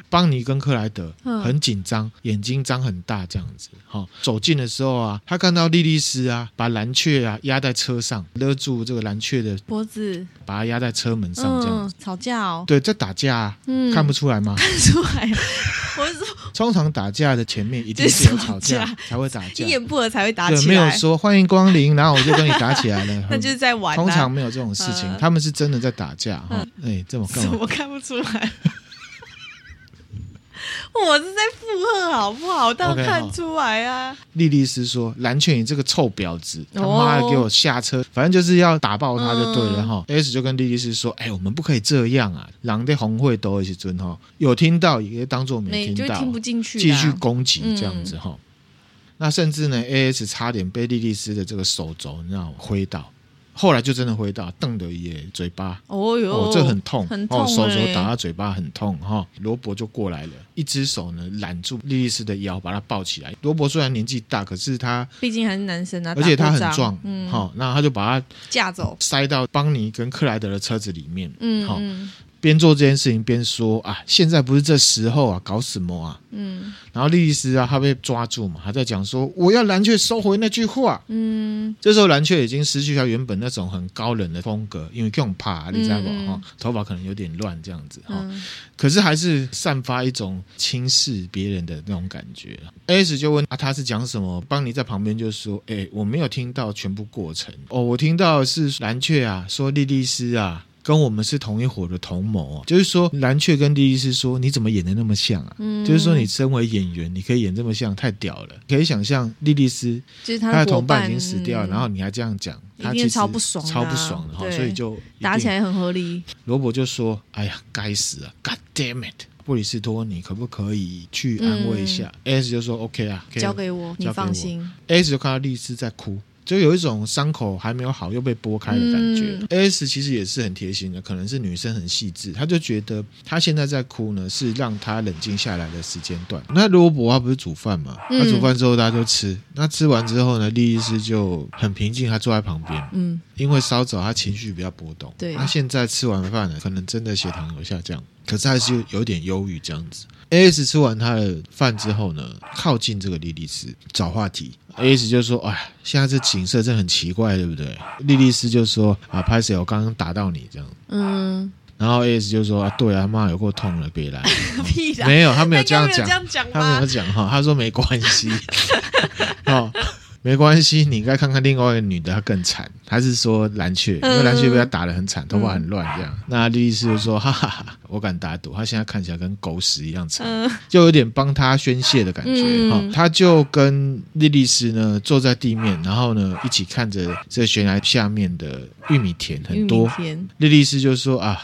Speaker 1: 邦尼跟克莱德
Speaker 2: 嗯
Speaker 1: 很紧张，眼睛张很大这样子。哈、走近的时候啊，他看到莉莉丝啊，把蓝雀啊压在车上，勒住这个蓝雀的，
Speaker 2: 脖子，
Speaker 1: 把它压在车门上这样
Speaker 2: 嗯
Speaker 1: 子。，
Speaker 2: 吵架哦，
Speaker 1: 对，在打架、啊，
Speaker 2: 嗯，
Speaker 1: 看不出来吗？
Speaker 2: 出来，我是说
Speaker 1: 通常打架的前面一定是有吵架
Speaker 2: 就是吵
Speaker 1: 才会打架
Speaker 2: 一，言不合才会打
Speaker 1: 对，
Speaker 2: 起
Speaker 1: 没有
Speaker 2: 来，
Speaker 1: 说欢迎光临，然后我就跟你打起
Speaker 2: 。
Speaker 1: 来了
Speaker 2: 那就是在玩啊，
Speaker 1: 通 常没有这种事情，
Speaker 2: 嗯
Speaker 1: 他们是真的在打架哈。哎、这么干
Speaker 2: 怎
Speaker 1: 嘛？
Speaker 2: 么看不出来？ 我是在附和，好不好？当然
Speaker 1: OK，
Speaker 2: 看
Speaker 1: 好
Speaker 2: 出来啊。
Speaker 1: 莉莉丝说：“蓝雀，你这个臭婊子，他
Speaker 2: 哦
Speaker 1: 妈的给我下车！反正就是要打爆他就对了
Speaker 2: 嗯
Speaker 1: 哈。S 就跟莉莉丝说：“哎、我们不可以这样啊！狼在红会都一起尊哈，有听到也当做没
Speaker 2: 没，就
Speaker 1: 听
Speaker 2: 是
Speaker 1: 到，
Speaker 2: 听不进去
Speaker 1: 继
Speaker 2: 的啊，
Speaker 1: 续攻击这样子哈。那甚至呢，A S 差点被莉莉丝的这个手肘你知道吗挥到，后来就真的挥到，瞪得也嘴巴
Speaker 2: 哦哟，
Speaker 1: 哦，这很痛，
Speaker 2: 很痛
Speaker 1: 哦，手
Speaker 2: 欸
Speaker 1: 肘打到嘴巴很痛哈、罗伯就过来了，一只手呢揽住莉莉丝的腰，把她抱起来。罗伯虽然年纪大，可是他
Speaker 2: 毕竟还是男生啊，
Speaker 1: 而且他
Speaker 2: 打
Speaker 1: 很
Speaker 2: 过仗
Speaker 1: 壮，好、
Speaker 2: 嗯，
Speaker 1: 那他就把他
Speaker 2: 架走，
Speaker 1: 塞到邦尼跟克莱德的车子里面，
Speaker 2: 嗯
Speaker 1: 好、
Speaker 2: 嗯
Speaker 1: 边做这件事情边说啊，现在不是这时候啊，搞什么啊？
Speaker 2: 嗯
Speaker 1: 然后莉莉丝啊，她被抓住嘛，她在讲说我要蓝雀收回那句话。
Speaker 2: 嗯
Speaker 1: 这时候蓝雀已经失去她原本那种很高冷的风格，因为更怕你知道吧？
Speaker 2: 嗯嗯
Speaker 1: 哈，头发可能有点乱这样子哈。
Speaker 2: 嗯
Speaker 1: 可是还是散发一种轻视别人的那种感觉。S 就问啊，他是讲什么？邦尼在旁边就说：“哎、我没有听到全部过程哦，我听到的是蓝雀啊，说莉莉丝啊。”跟我们是同一伙的同谋、啊，就是说蓝雀跟莉莉丝说：“你怎么演的那么像啊？”
Speaker 2: 嗯
Speaker 1: 就是说你身为演员，你可以演这么像，太屌了！可以想象莉莉丝
Speaker 2: 就是
Speaker 1: 她的
Speaker 2: 的
Speaker 1: 同
Speaker 2: 伴
Speaker 1: 伴已经死掉了，
Speaker 2: 嗯
Speaker 1: 然后你还这样讲，
Speaker 2: 一
Speaker 1: 她
Speaker 2: 定
Speaker 1: 其实
Speaker 2: 超不爽的啊
Speaker 1: 超不爽的哈，
Speaker 2: 对
Speaker 1: 所以就一
Speaker 2: 打
Speaker 1: 定
Speaker 2: 起来很合理。
Speaker 1: 罗伯就说：“哎呀，该死啊！God damn it！” 布里斯托，你可不可以去安慰一下、s 就说：“OK 啊，可以
Speaker 2: 嗯交给我，你
Speaker 1: 交给
Speaker 2: 放
Speaker 1: 我
Speaker 2: 心。
Speaker 1: S 就看到律师在哭，就有一种伤口还没有好又被拨开的感觉。S
Speaker 2: 嗯
Speaker 1: 其实也是很贴心的，可能是女生很细致，她就觉得她现在在哭呢，是让她冷静下来的时间段。那罗伯他不是煮饭嘛，
Speaker 2: 嗯
Speaker 1: 他煮饭之后大家就吃，那吃完之后呢，莉莉丝就很平静，她坐在旁边，
Speaker 2: 嗯，
Speaker 1: 因为稍早他情绪比较波动，
Speaker 2: 对
Speaker 1: 他现在吃完饭了，可能真的血糖有下降，可是还是有点忧郁这样子。A S 吃完他的饭之后呢，靠近这个莉莉丝找话题，A S 就说：“哎，现在这景色真的很奇怪，对不对？”莉莉丝就说：“啊，拍谁？我刚刚打到你这样。
Speaker 2: 嗯，”
Speaker 1: 然后 A S 就说：“啊，对啊，妈有够痛了，别来。
Speaker 2: 屁啦，
Speaker 1: 没有，他没有这样
Speaker 2: 那应
Speaker 1: 讲
Speaker 2: 该没有这，样讲
Speaker 1: 他没有
Speaker 2: 吧？
Speaker 1: 讲哈，他说没关系， 哦，没关系，你应该看看另外一个女的，她更惨，她是说蓝雀，
Speaker 2: 嗯
Speaker 1: 因为蓝雀被她打得很惨，头发很乱这样。那莉莉丝就说，哈哈哈，我敢打赌，她现在看起来跟狗屎一样惨，
Speaker 2: 嗯
Speaker 1: 就有点帮她宣泄的感觉
Speaker 2: 嗯
Speaker 1: 哈、她就跟莉莉丝呢坐在地面，然后呢一起看着这悬崖下面的玉米田很多，
Speaker 2: 玉米田
Speaker 1: 莉莉丝就说啊，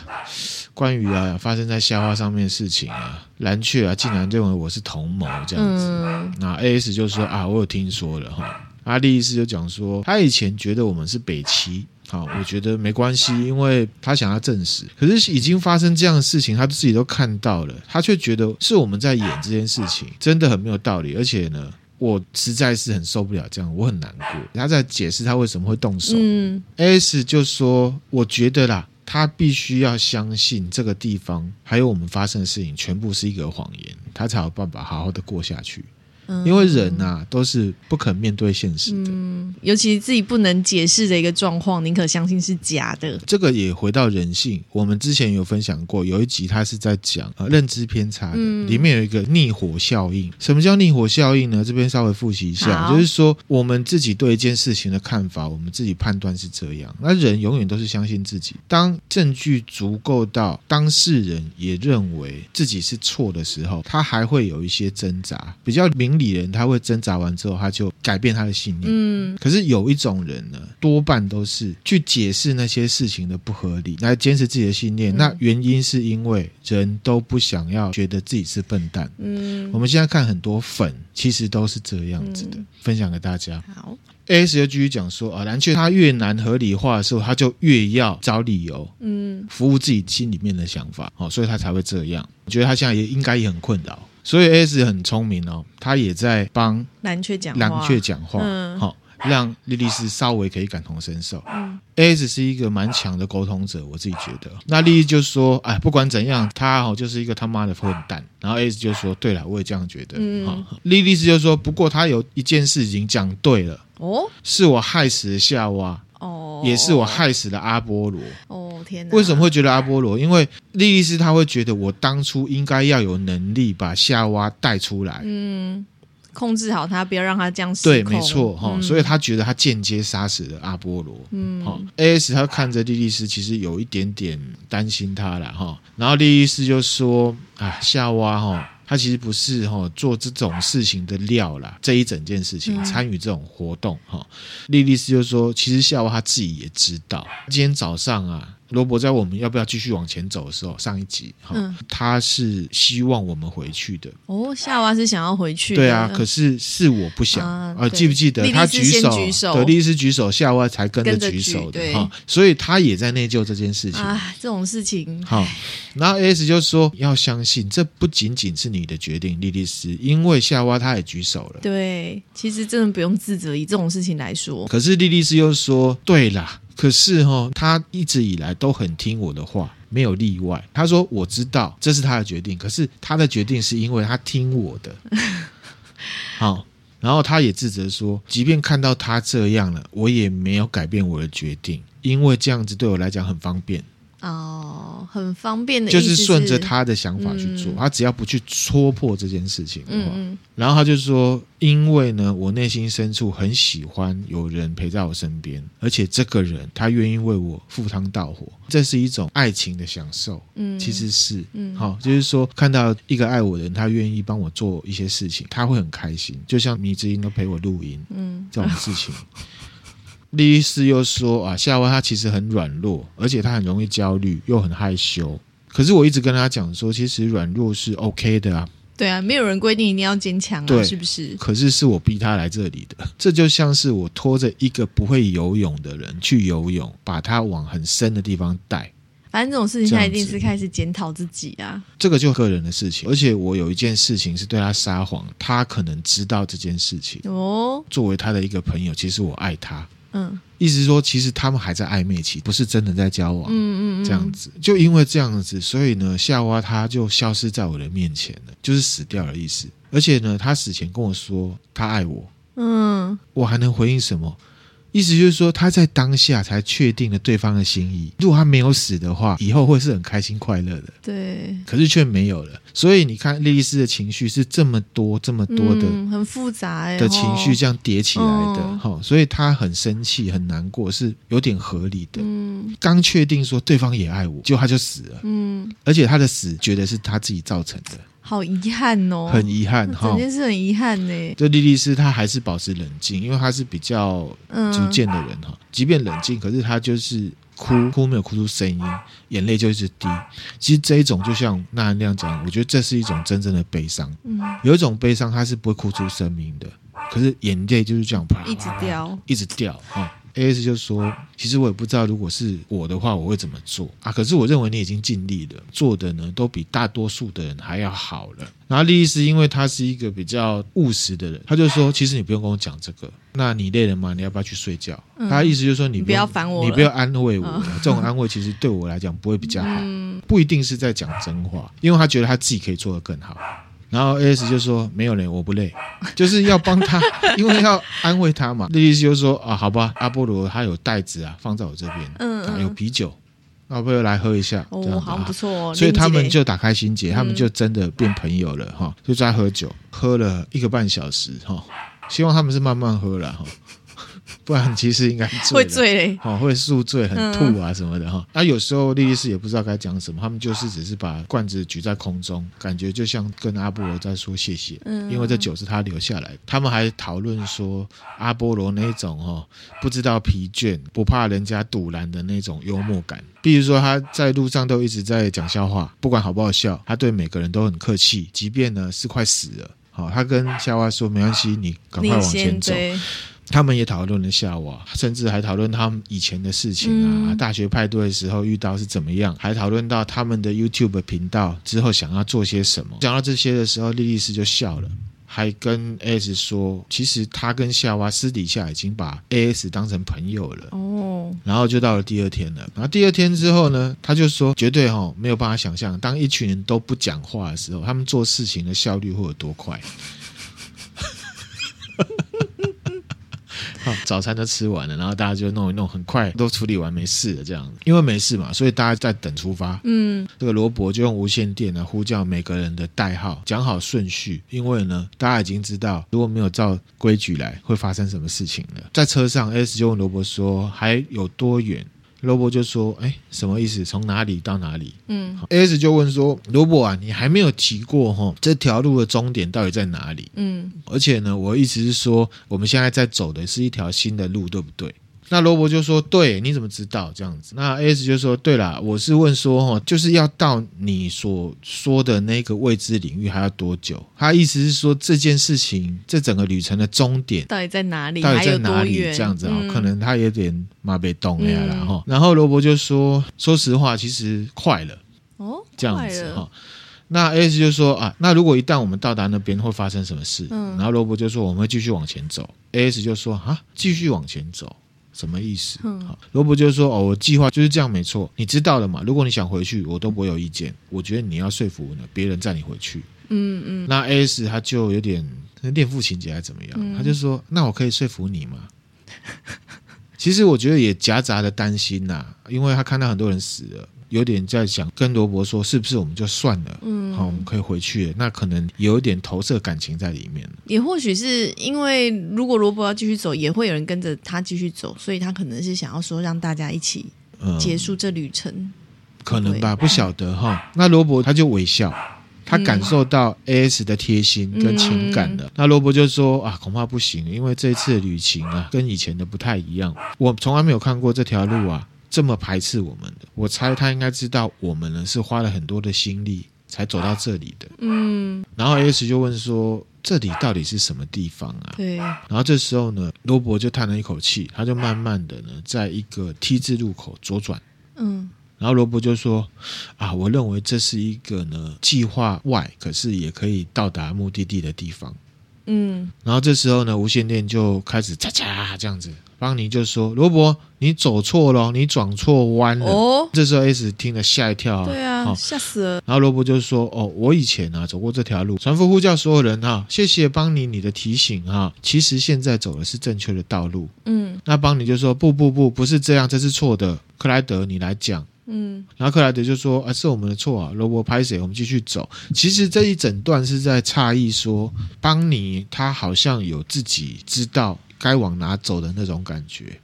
Speaker 1: 关于啊发生在夏花上面的事情啊，蓝雀啊竟然认为我是同谋这样子。
Speaker 2: 嗯
Speaker 1: 那 A S 就说啊，我有听说了哈。阿莉莉丝就讲说，他以前觉得我们是北齐。好，我觉得没关系，因为他想要证实，可是已经发生这样的事情，他自己都看到了，他却觉得是我们在演这件事情，真的很没有道理。而且呢，我实在是很受不了这样，我很难过。他在解释他为什么会动手，
Speaker 2: 嗯
Speaker 1: S 就说：“我觉得啦，他必须要相信这个地方还有我们发生的事情全部是一个谎言，他才有办法好好的过下去。
Speaker 2: 嗯，
Speaker 1: 因为人呐、都是不肯面对现实的。
Speaker 2: 嗯，尤其自己不能解释的一个状况，宁可相信是假的。
Speaker 1: 这个也回到人性，我们之前有分享过，有一集他是在讲呃认知偏差的，
Speaker 2: 嗯
Speaker 1: 里面有一个逆火效应。什么叫逆火效应呢？这边稍微复习一下，
Speaker 2: 好
Speaker 1: 就是说我们自己对一件事情的看法，我们自己判断是这样。那人永远都是相信自己。当证据足够到当事人也认为自己是错的时候，他还会有一些挣扎。比较明理人，他会挣扎完之后，他就改变他的信念。
Speaker 2: 嗯
Speaker 1: 可是有一种人呢，多半都是去解释那些事情的不合理，来坚持自己的信念。
Speaker 2: 嗯
Speaker 1: 那原因是因为人都不想要觉得自己是笨蛋。我
Speaker 2: 嗯，
Speaker 1: 们现在看很多粉，其实都是这样子的，
Speaker 2: 嗯
Speaker 1: 分享给大家。
Speaker 2: 好，
Speaker 1: A S 就继续讲说啊，蓝雀他越难合理化的时候，他就越要找理由
Speaker 2: 嗯
Speaker 1: 服务自己心里面的想法，哦，所以他才会这样。我觉得他现在也应该也很困扰，所以 A S 很聪明哦，他也在帮
Speaker 2: 蓝雀讲话，
Speaker 1: 蓝雀讲话，好、
Speaker 2: 嗯
Speaker 1: 让莉莉丝稍微可以感同身受。
Speaker 2: 嗯
Speaker 1: S 是一个蛮强的沟通者，我自己觉得。那莉莉就说：“哎，不管怎样，他哦就是一个他妈的混蛋。”然后 S 就说：“对了，我也这样觉得。
Speaker 2: 嗯
Speaker 1: 哦莉莉丝就说：“不过他有一件事情讲对了，
Speaker 2: 哦
Speaker 1: 是我害死了夏娃，
Speaker 2: 哦，
Speaker 1: 也是我害死了阿波罗。
Speaker 2: 哦天哪，
Speaker 1: 为什么会觉得阿波罗？因为莉莉丝她会觉得我当初应该要有能力把夏娃带出来。
Speaker 2: 嗯，控制好他，不要让他这样失
Speaker 1: 对，
Speaker 2: 控
Speaker 1: 没错哈、
Speaker 2: 嗯
Speaker 1: 所以他觉得他间接杀死了阿波罗。
Speaker 2: 嗯
Speaker 1: 好、a S 他看着莉莉丝，其实有一点点担心他了哈。然后莉莉丝就说：“啊，夏娃哈，她其实不是哈做这种事情的料啦，这一整件事情、
Speaker 2: 嗯
Speaker 1: 参与这种活动哈。”莉莉丝就说：“其实夏娃她自己也知道，今天早上啊。”罗伯在我们要不要继续往前走的时候，上一集哈，
Speaker 2: 嗯
Speaker 1: 他是希望我们回去的，
Speaker 2: 哦，夏娃是想要回去的，
Speaker 1: 对啊，可是是我不想
Speaker 2: 啊
Speaker 1: 呃，
Speaker 2: 对
Speaker 1: 记不记得
Speaker 2: 莉莉
Speaker 1: 他
Speaker 2: 丝
Speaker 1: 举
Speaker 2: 先
Speaker 1: 手，
Speaker 2: 举手
Speaker 1: 对，莉莉丝举手，夏娃才跟着
Speaker 2: 跟着
Speaker 1: 举
Speaker 2: 举
Speaker 1: 手的
Speaker 2: 对
Speaker 1: 哈，所以他也在内疚这件事情。
Speaker 2: 啊，这种事情，
Speaker 1: 好，然后 S 就说要相信，这不仅仅是你的决定，莉莉丝，因为夏娃她也举手了。
Speaker 2: 对，其实真的不用自责。以这种事情来说，
Speaker 1: 可是莉莉丝又说，对啦，可是哈、哦，他一直以来都很听我的话，没有例外。他说我知道这是他的决定，可是他的决定是因为他听我 的。好、然后他也自责说，即便看到他这样了，我也没有改变我的决定，因为这样子对我来讲很方便，
Speaker 2: 哦，很方便的意
Speaker 1: 就
Speaker 2: 思是
Speaker 1: 顺着，他的想法去做。
Speaker 2: 嗯
Speaker 1: 他只要不去戳破这件事情的话，
Speaker 2: 嗯
Speaker 1: 然后他就说：“因为呢，我内心深处很喜欢有人陪在我身边，而且这个人他愿意为我赴汤蹈火，这是一种爱情的享受。
Speaker 2: 嗯嗯，
Speaker 1: 其实是，
Speaker 2: 嗯
Speaker 1: 好、就是说看到一个爱我的人，他愿意帮我做一些事情，他会很开心。就像迷之音都陪我录音
Speaker 2: 嗯
Speaker 1: 这种事情。” 律师又说：“啊，夏娃她其实很软弱，而且她很容易焦虑，又很害羞。可是我一直跟她讲说，其实软弱是 OK 的啊，
Speaker 2: 对啊，没有人规定一定要坚强啊，
Speaker 1: 对
Speaker 2: 是不是？
Speaker 1: 可是是我逼他来这里的，这就像是我拖着一个不会游泳的人去游泳，把他往很深的地方带。
Speaker 2: 反正这种事情现在一
Speaker 1: 这样
Speaker 2: 定
Speaker 1: 子
Speaker 2: 是开始检讨自己啊，
Speaker 1: 这个就个人的事情，而且我有一件事情是对他撒谎，他可能知道这件事情。
Speaker 2: 哦，
Speaker 1: 作为他的一个朋友，其实我爱他，
Speaker 2: 嗯
Speaker 1: 意思是说其实他们还在暧昧期，不是真的在交往。
Speaker 2: 嗯嗯嗯，
Speaker 1: 这样子，就因为这样子，所以呢，夏娃她就消失在我的面前了，就是死掉的意思。而且呢，她死前跟我说她爱我，
Speaker 2: 嗯，
Speaker 1: 我还能回应什么？意思就是说，他在当下才确定了对方的心意。如果他没有死的话，以后会是很开心快乐的。
Speaker 2: 对，
Speaker 1: 可是却没有了，所以你看，莉莉丝的情绪是这么多、这么多的、
Speaker 2: 嗯、很复杂、欸、
Speaker 1: 的情绪
Speaker 2: 吼
Speaker 1: 这样叠起来的，
Speaker 2: 嗯
Speaker 1: 哈、所以她很生气、很难过，是有点合理的。
Speaker 2: 嗯
Speaker 1: 刚确定说对方也爱我，结果他就死了，
Speaker 2: 嗯，
Speaker 1: 而且他的死觉得是他自己造成的，
Speaker 2: 好遗憾哦，
Speaker 1: 很遗憾
Speaker 2: 那
Speaker 1: 哈
Speaker 2: 整。件事很遗憾欸呢、
Speaker 1: 这莉莉丝她还是保持冷静，因为她是比较
Speaker 2: 嗯，
Speaker 1: 逐渐的人哈，即便冷静，可是他就是哭，哭没有哭出声音，眼泪就一直滴。其实这一种就像那那样讲，我觉得这是一种真正的悲伤。
Speaker 2: 嗯，
Speaker 1: 有一种悲伤，他是不会哭出声明的，可是眼泪就是这样啪，
Speaker 2: 一直
Speaker 1: 啪，
Speaker 2: 掉，
Speaker 1: 一直掉哈。A S 就说：“其实我也不知道，如果是我的话，我会怎么做啊？可是我认为你已经尽力了，做的呢都比大多数的人还要好了。”然后莉莉丝因为她是一个比较务实的人，她就说：“其实你不用跟我讲这个，那你累了吗？你要不要去睡觉？”
Speaker 2: 嗯
Speaker 1: 她的意思就是说你
Speaker 2: 你
Speaker 1: 不
Speaker 2: 不要
Speaker 1: 用
Speaker 2: 烦我了嗯
Speaker 1: 你不要安慰我了，这种安慰其实对我来讲不会比较好，不一定是在讲真话，因为他觉得他自己可以做得更好。然后 A S 就说没有嘞，我不累，就是要帮 他，因为要安慰他嘛。莉莉丝就说啊，好吧，阿波罗他有袋子啊，放在我这边，
Speaker 2: 嗯
Speaker 1: 啊
Speaker 2: 嗯
Speaker 1: 有啤酒，阿波罗来喝一下，这
Speaker 2: 哦，
Speaker 1: 样子
Speaker 2: 好
Speaker 1: 啊
Speaker 2: 像不错嗯哦，
Speaker 1: 所以他们
Speaker 2: 拎起来
Speaker 1: 就打开心结，他们就真的变朋友了哈、就在喝酒，喝了一个半小时哈、希望他们是慢慢喝了哈、不然其实应该醉
Speaker 2: 会
Speaker 1: 了。
Speaker 2: 醉欸嘞，
Speaker 1: 哦，会宿醉、很吐啊什么的哈。那、有时候莉莉丝也不知道该讲什么，他们就是只是把罐子举在空中，感觉就像跟阿波罗在说谢谢，
Speaker 2: 嗯
Speaker 1: 因为这酒是他留下来的。他们还讨论说阿波罗那种哦，不知道疲倦、不怕人家堵拦的那种幽默感。比如说他在路上都一直在讲笑话，不管好不好笑，他对每个人都很客气，即便呢是快死了。好，他跟夏娃说：“没关系，你赶快
Speaker 2: 你
Speaker 1: 往
Speaker 2: 先
Speaker 1: 前走。”
Speaker 2: 对，
Speaker 1: 他们也讨论了夏娃，甚至还讨论他们以前的事情啊，
Speaker 2: 嗯
Speaker 1: 大学派对的时候遇到是怎么样，还讨论到他们的 YouTube 频道之后想要做些什么。讲到这些的时候，莉莉丝就笑了。还跟 AS 说，其实他跟夏娃私底下已经把 AS 当成朋友了。
Speaker 2: 哦，
Speaker 1: 然后就到了第二天了。然后第二天之后呢，他就说，绝对哈、哦、没有办法想象，当一群人都不讲话的时候，他们做事情的效率会有多快。好，早餐都吃完了，然后大家就弄一弄，很快都处理完，没事了这样。因为没事嘛，所以大家在等出发。
Speaker 2: 嗯
Speaker 1: 这个罗伯就用无线电呢呼叫每个人的代号，讲好顺序，因为呢大家已经知道，如果没有照规矩来，会发生什么事情了。在车上，S 就问罗伯说还有多远？罗伯就说：“哎，什么意思？从哪里到哪里
Speaker 2: 嗯
Speaker 1: ？”S 就问说：“罗伯啊，你还没有提过哈、这条路的终点到底在哪里？
Speaker 2: 嗯
Speaker 1: 而且呢，我的意思是说，我们现在在走的是一条新的路，对不对？那罗伯就说：“对，你怎么知道这样子？”那 S 就说：“对啦，我是问说，哦，就是要到你所说的那个未知领域还要多久？”他意思是说，这件事情，这整个旅程的终点
Speaker 2: 到底在哪里？
Speaker 1: 到底
Speaker 2: 还有
Speaker 1: 在哪
Speaker 2: 多
Speaker 1: 里？
Speaker 2: 远？
Speaker 1: 这样子啊、
Speaker 2: 嗯
Speaker 1: 可能他有点马被动了呀啦
Speaker 2: 嗯
Speaker 1: 哈、然后罗伯就说：“说实话，其实快了。”
Speaker 2: 哦，
Speaker 1: 这样
Speaker 2: 快
Speaker 1: 子
Speaker 2: 了
Speaker 1: 哈。那 S 就说啊，那如果一旦我们到达那边会发生什么事？
Speaker 2: 嗯
Speaker 1: 然后罗伯就说我们会继续往前走。A S 就说啊，继续往前走，什么意思？
Speaker 2: 嗯
Speaker 1: 好，罗伯就说：“哦，我计划就是这样，没错，你知道了嘛？如果你想回去，我都不会有意见。我觉得你要说服呢别人载你回去。
Speaker 2: 嗯嗯
Speaker 1: 那 A S 他就有点恋父情节还是怎么样？
Speaker 2: 嗯
Speaker 1: 他就说：“那我可以说服你 吗？”其实我觉得也夹杂的担心呐、因为他看到很多人死了，有点在想跟罗伯说，是不是我们就算了？
Speaker 2: 嗯，
Speaker 1: 好、我们可以回去了。那可能有一点投射感情在里面了。
Speaker 2: 也或许是因为如果罗伯要继续走，也会有人跟着他继续走，所以他可能是想要说让大家一起
Speaker 1: 嗯，
Speaker 2: 结束这旅程。
Speaker 1: 可能吧，不晓得哈。那罗伯他就微笑，他感受到 A S 的贴心跟情感了。那罗伯就说啊，恐怕不行，因为这次的旅行啊，跟以前的不太一样。我从来没有看过这条路啊这么排斥我们的。我猜他应该知道我们呢是花了很多的心力才走到这里的。
Speaker 2: 嗯，
Speaker 1: 然后 A S 就问说，这里到底是什么地方啊？
Speaker 2: 对，
Speaker 1: 然后这时候呢，罗伯就叹了一口气，他就慢慢的呢，在一个 T 字路口左转。
Speaker 2: 嗯
Speaker 1: 然后罗伯就说：“啊，我认为这是一个呢计划外，可是也可以到达目的地的地方。
Speaker 2: 嗯”
Speaker 1: 然后这时候呢，无线电就开始嚓嚓这样子。邦尼就说：“罗伯，你走错了，你转错弯了。
Speaker 2: 哦，
Speaker 1: 这时候 S 听了吓一跳、啊，
Speaker 2: 对啊，
Speaker 1: 哦
Speaker 2: 吓死了，
Speaker 1: 然后罗伯就说：“哦，我以前啊走过这条路。”船夫呼叫所有人啊，谢谢邦尼你的提醒啊，其实现在走的是正确的道路。
Speaker 2: 嗯
Speaker 1: 那邦尼就说：“不不不，不是这样，这是错的。克莱德，你来讲。”
Speaker 2: 嗯
Speaker 1: 然后克莱德就说：“啊，是我们的错啊，罗伯拍谁？我们继续走。”其实这一整段是在诧异说，邦尼他好像有自己知道该往哪走的那种感觉。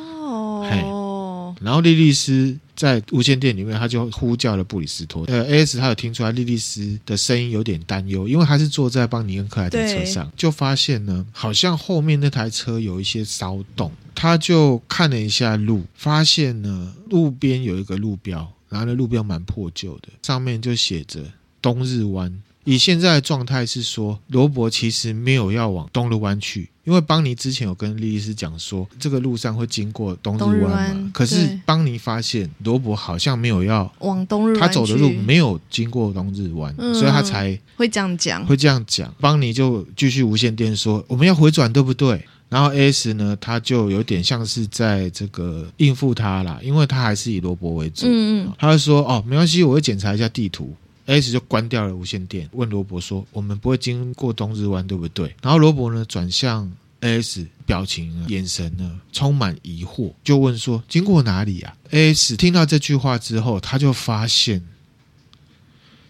Speaker 2: 哦，
Speaker 1: 然后莉莉丝在无线电里面，他就呼叫了布里斯托。呃，A S 他有听出来莉莉丝的声音有点担忧，因为他是坐在邦尼跟克莱德车上，就发现呢，好像后面那台车有一些骚动。他就看了一下路，发现呢路边有一个路标，然后那路标蛮破旧的，上面就写着东日湾。以现在的状态是说，罗伯其实没有要往东日湾去，因为邦尼之前有跟莉莉丝讲说，这个路上会经过东
Speaker 2: 东日
Speaker 1: 日湾嘛
Speaker 2: 湾。
Speaker 1: 可是
Speaker 2: 对
Speaker 1: 邦尼发现罗伯好像没有要，
Speaker 2: 往东日
Speaker 1: 他
Speaker 2: 湾
Speaker 1: 走的
Speaker 2: 去
Speaker 1: 路没有经过东日湾，
Speaker 2: 嗯
Speaker 1: 所以他才
Speaker 2: 会这样讲，
Speaker 1: 会这样讲。邦尼就继续无线电说：“我们要回转，对不对？”然后 S 呢，他就有点像是在这个应付他啦，因为他还是以罗伯为主。
Speaker 2: 嗯嗯
Speaker 1: 他就说：“哦，没关系，我会检查一下地图。” S 就关掉了无线电，问罗伯说：“我们不会经过东日湾，对不对？”然后罗伯呢转向 S，表情呢、眼神呢充满疑惑，就问说：“经过哪里啊？”S 听到这句话之后，他就发现，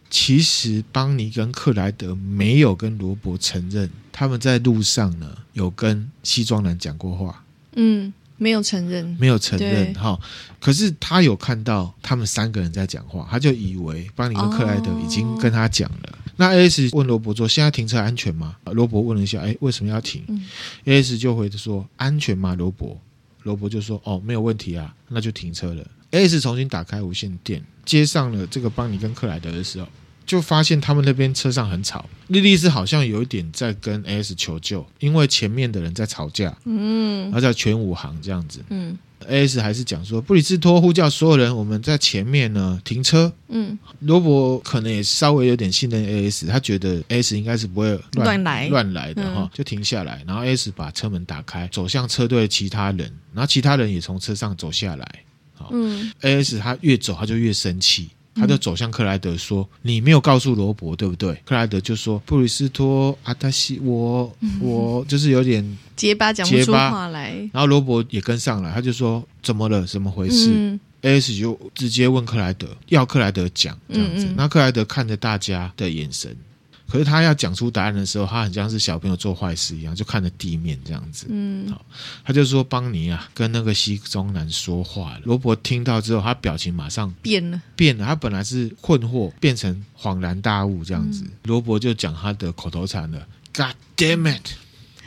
Speaker 1: 其实邦尼跟克莱德没有跟罗伯承认他们在路上呢有跟西装男讲过话。
Speaker 2: 嗯，没有承认，
Speaker 1: 没有承认
Speaker 2: 嗯对
Speaker 1: 哈、可是他有看到他们三个人在讲话，他就以为邦尼跟克莱德已经跟他讲了。
Speaker 2: 嗯
Speaker 1: 那 A S 问罗伯说：“现在停车安全吗？”罗伯问了一下：“哎，为什么要停、
Speaker 2: 嗯
Speaker 1: a S 就回说：“安全吗？”罗伯，罗伯就说：“哦，没有问题啊，那就停车了。”A S 重新打开无线电，接上了这个邦尼跟克莱德的时候，就发现他们那边车上很吵，莉莉丝好像有一点在跟 A S 求救，因为前面的人在吵架，然
Speaker 2: 嗯
Speaker 1: 后在全武行这样子。
Speaker 2: 嗯
Speaker 1: A.S. 还是讲说，布里斯托呼叫所有人，我们在前面呢停车。
Speaker 2: 嗯，
Speaker 1: 罗伯可能也稍微有点信任 A.S.，他觉得 A.S. 应该是不会乱
Speaker 2: 乱来
Speaker 1: 乱来的哈、
Speaker 2: 嗯
Speaker 1: 就停下来，然后 A.S. 把车门打开，走向车队的其他人，然后其他人也从车上走下来。
Speaker 2: 嗯
Speaker 1: A.S. 他越走他就越生气。他就走向克莱德说：“你没有告诉罗伯，对不对？”克莱德就说：“布里斯托阿达西，我我
Speaker 2: 嗯
Speaker 1: 就是有点……”
Speaker 2: 结巴讲不
Speaker 1: 结
Speaker 2: 出
Speaker 1: 巴
Speaker 2: 话来，
Speaker 1: 然后罗伯也跟上来，他就说：“怎么了？怎么回事？”
Speaker 2: 嗯
Speaker 1: A.S. 就直接问克莱德，要克莱德讲这样子。
Speaker 2: 嗯嗯
Speaker 1: 那克莱德看着大家的眼神，可是他要讲出答案的时候，他很像是小朋友做坏事一样，就看着地面这样子。
Speaker 2: 嗯
Speaker 1: 他就说邦尼啊，跟那个西中男说话了。罗伯听到之后，他表情马上
Speaker 2: 变了，
Speaker 1: 变了，他本来是困惑，变成恍然大悟这样子。
Speaker 2: 嗯
Speaker 1: 罗伯就讲他的口头禅了：“God damn it！”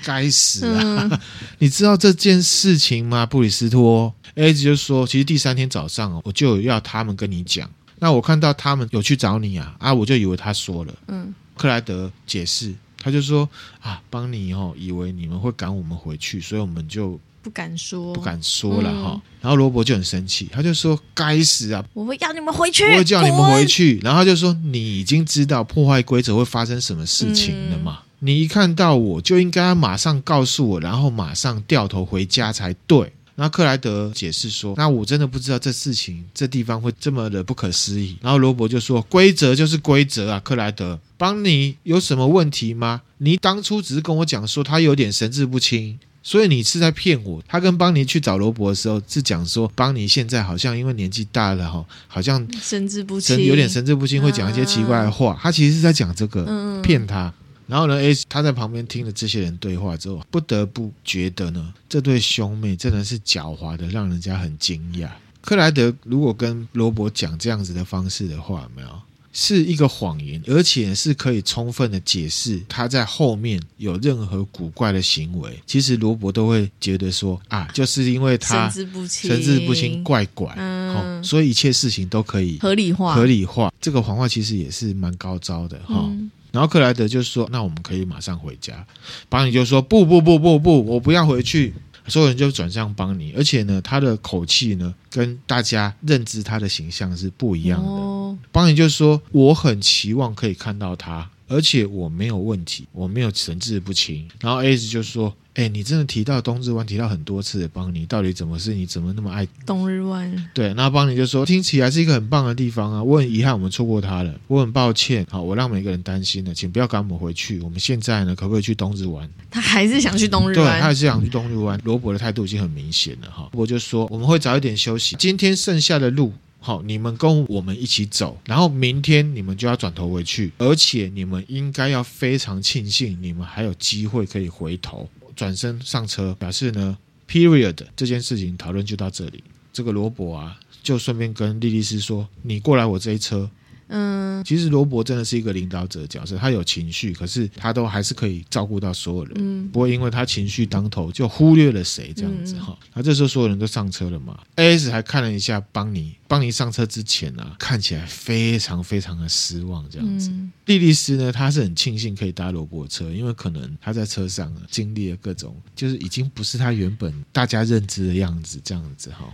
Speaker 1: 该死啊！
Speaker 2: 嗯
Speaker 1: 你知道这件事情吗，布里斯托？A 就说，其实第三天早上哦，我就有要他们跟你讲。那我看到他们有去找你啊，啊，我就以为他说了。
Speaker 2: 嗯
Speaker 1: 克莱德解释，他就说啊，邦尼哦，以为你们会赶我们回去，所以我们就
Speaker 2: 不敢说，
Speaker 1: 不，敢说了
Speaker 2: 嗯
Speaker 1: 哈、然后罗伯就很生气，他就说：“该死啊，
Speaker 2: 我会要你们回去，
Speaker 1: 我会叫你们回
Speaker 2: 滚，
Speaker 1: 去。”然后他就说：“你已经知道破坏规则会发生什么事情了嘛？你一看到我就应该马上告诉我，然后马上掉头回家才对。”然后克莱德解释说：“那我真的不知道这事情这地方会这么的不可思议。”然后罗伯就说：“规则就是规则啊，克莱德，帮你有什么问题吗？你当初只是跟我讲说他有点神志不清。”所以你是在骗我。他跟邦尼去找罗伯的时候是讲说，邦尼现在好像因为年纪大了哈，好像
Speaker 2: 神志不清
Speaker 1: 神，有点神志不清，会讲一些奇怪的话。他其实是在讲这个
Speaker 2: 嗯
Speaker 1: 骗他。然后呢，诶，他在旁边听了这些人对话之后，不得不觉得呢，这对兄妹真的是狡猾的，让人家很惊讶。克莱德如果跟罗伯讲这样子的方式的话，有没有是一个谎言，而且是可以充分的解释他在后面有任何古怪的行为。其实罗伯都会觉得说啊，就是因为他
Speaker 2: 神志不清，
Speaker 1: 神志不清、怪怪，
Speaker 2: 嗯
Speaker 1: 哦，所以一切事情都可以
Speaker 2: 合理化，
Speaker 1: 合理化。这个谎话其实也是蛮高招的哈。
Speaker 2: 嗯
Speaker 1: 然后克莱德就说：“那我们可以马上回家。”邦尼就说：“不不不不不，我不要回去。”所有人就转向邦尼，而且呢，他的口气呢，跟大家认知他的形象是不一样的。
Speaker 2: 哦
Speaker 1: 邦尼就说：“我很期望可以看到他，而且我没有问题，我没有神志不清。”然后 S 就说：“哎、你真的提到冬之湾提到很多次的邦尼，到底怎么是你怎么那么爱
Speaker 2: 冬日湾，
Speaker 1: 对，那邦尼就说：“听起来是一个很棒的地方啊，我很遗憾我们错过他了，我很抱歉，好，我让每个人担心了，请不要赶我们回去。我们现在呢，可不可以去冬日湾？
Speaker 2: 他还是想去冬日
Speaker 1: 对，他
Speaker 2: 湾
Speaker 1: 也，是想去冬日湾。罗伯的态度已经很明显了哈，我就说我们会早一点休息，今天剩下的路。”好，你们跟我们一起走，然后明天你们就要转头回去，而且你们应该要非常庆幸你们还有机会可以回头，转身上车，表示呢，period 这件事情讨论就到这里。这个罗伯啊，就顺便跟莉莉丝说：“你过来我这一车。
Speaker 2: 嗯”
Speaker 1: 其实罗伯真的是一个领导者的角色，他有情绪，可是他都还是可以照顾到所有人，
Speaker 2: 嗯，
Speaker 1: 不会因为他情绪当头就忽略了谁这样子
Speaker 2: 嗯
Speaker 1: 哈。那、这时候所有人都上车了嘛，AS 还看了一下邦尼，邦尼上车之前啊，看起来非常非常的失望这样子。
Speaker 2: 嗯
Speaker 1: 莉莉丝呢，她是很庆幸可以搭罗伯车，因为可能她在车上啊经历了各种，就是已经不是她原本大家认知的样子这样子哈。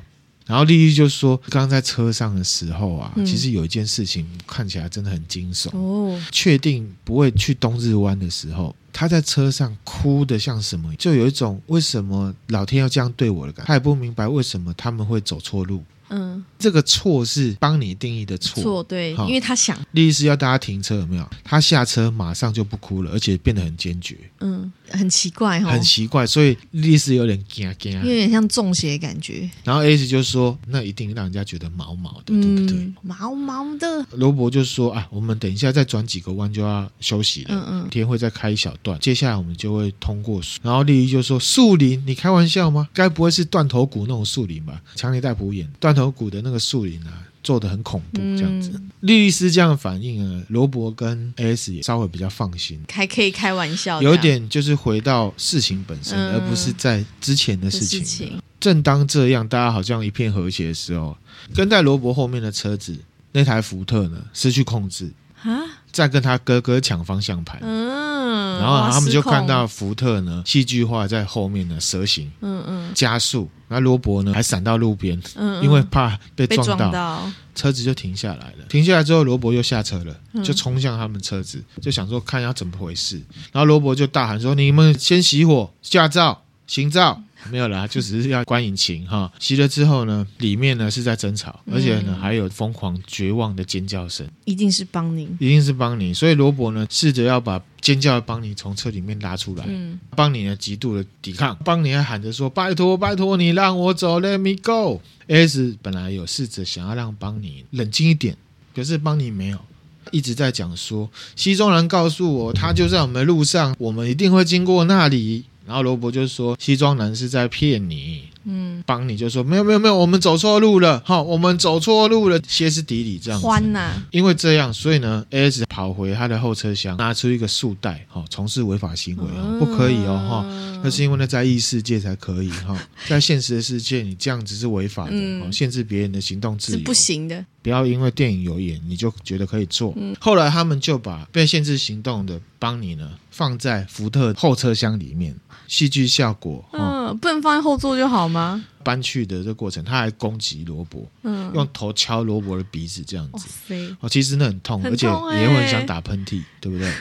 Speaker 1: 然后莉莉就说，刚刚在车上的时候啊，
Speaker 2: 嗯
Speaker 1: 其实有一件事情看起来真的很惊悚。
Speaker 2: 哦，
Speaker 1: 确定不会去冬日湾的时候，她在车上哭的像什么，就有一种为什么老天要这样对我的感觉。她也不明白为什么他们会走错路。
Speaker 2: 嗯，
Speaker 1: 这个错是帮你定义的
Speaker 2: 错对，
Speaker 1: 好
Speaker 2: 因为他想，
Speaker 1: 莉莉丝要大家停车，有没有？她下车马上就不哭了，而且变得很坚决，
Speaker 2: 嗯，很奇怪哈，
Speaker 1: 很奇怪，所以莉莉丝有点惊
Speaker 2: 因
Speaker 1: 惊啊
Speaker 2: 为。有点像中邪的感觉，
Speaker 1: 然后 S 就说：“那一定让人家觉得毛毛的，对不对？”
Speaker 2: 嗯，毛毛的，
Speaker 1: 罗伯就说：“啊，我们等一下再转几个弯就要休息了，
Speaker 2: 嗯嗯
Speaker 1: 天会再开一小段，接下来我们就会通过树。”然后莉莉就说：“树林？你开玩笑吗？该不会是断头谷那种树林吧？强尼戴普演断头谷的那个树林啊，做的很恐怖，这样子。
Speaker 2: 嗯
Speaker 1: 莉莉丝这样反应啊，罗伯跟 S 也稍微比较放心，
Speaker 2: 还可以开玩笑，
Speaker 1: 有一点就是回到事情本身，
Speaker 2: 嗯
Speaker 1: 而不是在之前的事情。
Speaker 2: 的事情
Speaker 1: 正当这样，大家好像一片和谐的时候，跟在罗伯后面的车子那台福特呢失去控制，
Speaker 2: 啊，
Speaker 1: 在跟他哥哥抢方向盘，
Speaker 2: 嗯，
Speaker 1: 然后
Speaker 2: 哇
Speaker 1: 他们就看，
Speaker 2: 失控
Speaker 1: 到福特呢戏剧化在后面呢蛇形
Speaker 2: 嗯嗯
Speaker 1: 加速，那罗伯呢还闪到路边，
Speaker 2: 嗯，嗯
Speaker 1: 因为怕被
Speaker 2: 被
Speaker 1: 撞到，
Speaker 2: 撞到，
Speaker 1: 车子就停下来了。停下来之后，罗伯又下车了，
Speaker 2: 嗯
Speaker 1: 就冲向他们车子，就想说看要怎么回事。然后罗伯就大喊说：“你们先熄火，驾照、行照。”没有 啦，就只是要关引擎哈。熄了之后呢，里面呢是在争吵，
Speaker 2: 嗯
Speaker 1: 而且呢还有疯狂绝望的尖叫声，
Speaker 2: 一定是帮你，
Speaker 1: 一定是邦尼。所以罗伯呢试着要把尖叫的邦尼从车里面拉出来，
Speaker 2: 嗯，
Speaker 1: 邦尼呢极度的抵抗，邦尼还喊着说：“拜托，拜托你让我走，Let me go。”S 本来有试着想要让邦尼冷静一点，可是邦尼没有，一直在讲说：“西中人告诉我，他就在我们的路上，我们一定会经过那里。”然后罗伯就说：“西装男是在骗你。”
Speaker 2: 嗯，
Speaker 1: 邦尼就说：“没有，没有，没有，我们走错路了，哈，我们走错路了。”歇斯底里这样子。
Speaker 2: 欢呐，
Speaker 1: 因为这样，所以呢，S 跑回他的后车厢，拿出一个束带，哈、从事违法行为哦，不可以哦，哈、
Speaker 2: 嗯
Speaker 1: 那是因为那在异世界才可以 哈、在现实的世界你这样子是违法的，
Speaker 2: 嗯
Speaker 1: 哦限制别人的行动自
Speaker 2: 是
Speaker 1: 由，
Speaker 2: 不行的，
Speaker 1: 不要因为电影有演你就觉得可以做。
Speaker 2: 嗯
Speaker 1: 后来他们就把被限制行动的邦尼呢放在福特后车厢里面，戏剧效果哦
Speaker 2: 嗯，不能放在后座就好 吗？
Speaker 1: 搬去的这过程，他还攻击罗伯，
Speaker 2: 嗯，
Speaker 1: 用头敲罗伯的鼻子这样
Speaker 2: 哇
Speaker 1: 子。
Speaker 2: 塞，
Speaker 1: 哦，其实那很痛，
Speaker 2: 很
Speaker 1: 而且
Speaker 2: 痛
Speaker 1: 也会很
Speaker 2: 欸
Speaker 1: 想打喷嚏，对不对？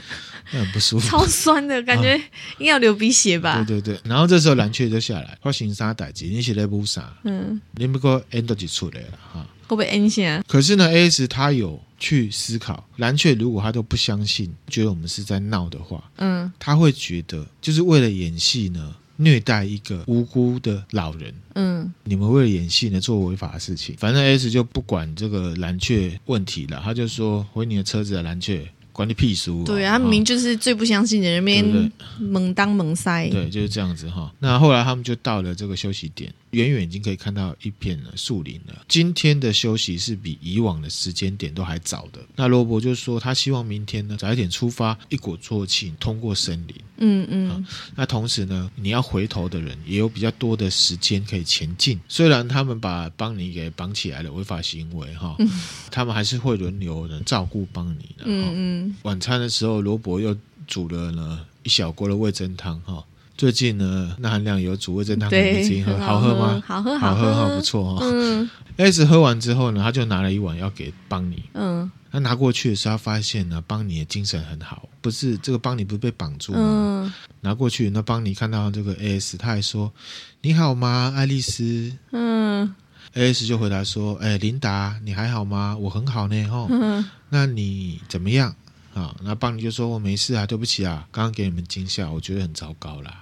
Speaker 1: 那很不舒服。
Speaker 2: 超酸的感觉，应该要流鼻血吧？
Speaker 1: 哦对对对，然后这时候蓝雀就下来，发生啥代志？你是在补啥？
Speaker 2: 嗯，
Speaker 1: 你不过 end 就出来了哈。
Speaker 2: 会不会 N 线啊？
Speaker 1: 可是呢，AS 他有去思考，蓝雀如果他都不相信，觉得我们是在闹的话，
Speaker 2: 嗯
Speaker 1: 他会觉得就是为了演戏呢，虐待一个无辜的老人。
Speaker 2: 嗯
Speaker 1: 你们为了演戏呢做违法的事情，反正 S 就不管这个蓝雀问题了，他就说回你的车子啊，蓝雀，管你屁事哦、
Speaker 2: 对啊，他
Speaker 1: 哦
Speaker 2: 明明就是最不相信的人，那
Speaker 1: 对
Speaker 2: 边猛当猛塞。
Speaker 1: 对，就是这样子哈。那后来他们就到了这个休息点，远远已经可以看到一片了树林了。今天的休息是比以往的时间点都还早的。那罗伯就说他希望明天呢早一点出发，一鼓作气通过森林。
Speaker 2: 嗯嗯
Speaker 1: 那同时呢，你要回头的人也有比较多的时间可以前进。虽然他们把邦尼给绑起来了，违法行为哈，他们还是会轮流的照顾邦尼的哈。
Speaker 2: 嗯嗯，
Speaker 1: 晚餐的时候，罗伯又煮了呢一小锅的味噌汤哈。最近呢，那含量有煮味噌汤给
Speaker 2: 对，
Speaker 1: 你自己喝，
Speaker 2: 很
Speaker 1: 好
Speaker 2: 喝
Speaker 1: 喝吗？
Speaker 2: 好喝，
Speaker 1: 好喝
Speaker 2: 喝，
Speaker 1: 哈，不。错哈。
Speaker 2: 嗯
Speaker 1: S 喝完之后呢，他就拿了一碗要给邦尼。
Speaker 2: 嗯
Speaker 1: 他拿过去的时候，他发现呢，邦尼的精神很好，不是这个邦尼不是被绑住吗？
Speaker 2: 嗯
Speaker 1: 拿过去，那邦尼看到这个 AS，他还说：“你好吗，爱丽丝
Speaker 2: 嗯
Speaker 1: ？”AS 就回答说：“哎、琳达，你还好吗？我很好呢，吼。
Speaker 2: 嗯
Speaker 1: 那你怎么样啊？”那邦尼就说：“我没事啊，对不起啊，刚刚给你们惊吓，我觉得很糟糕啦。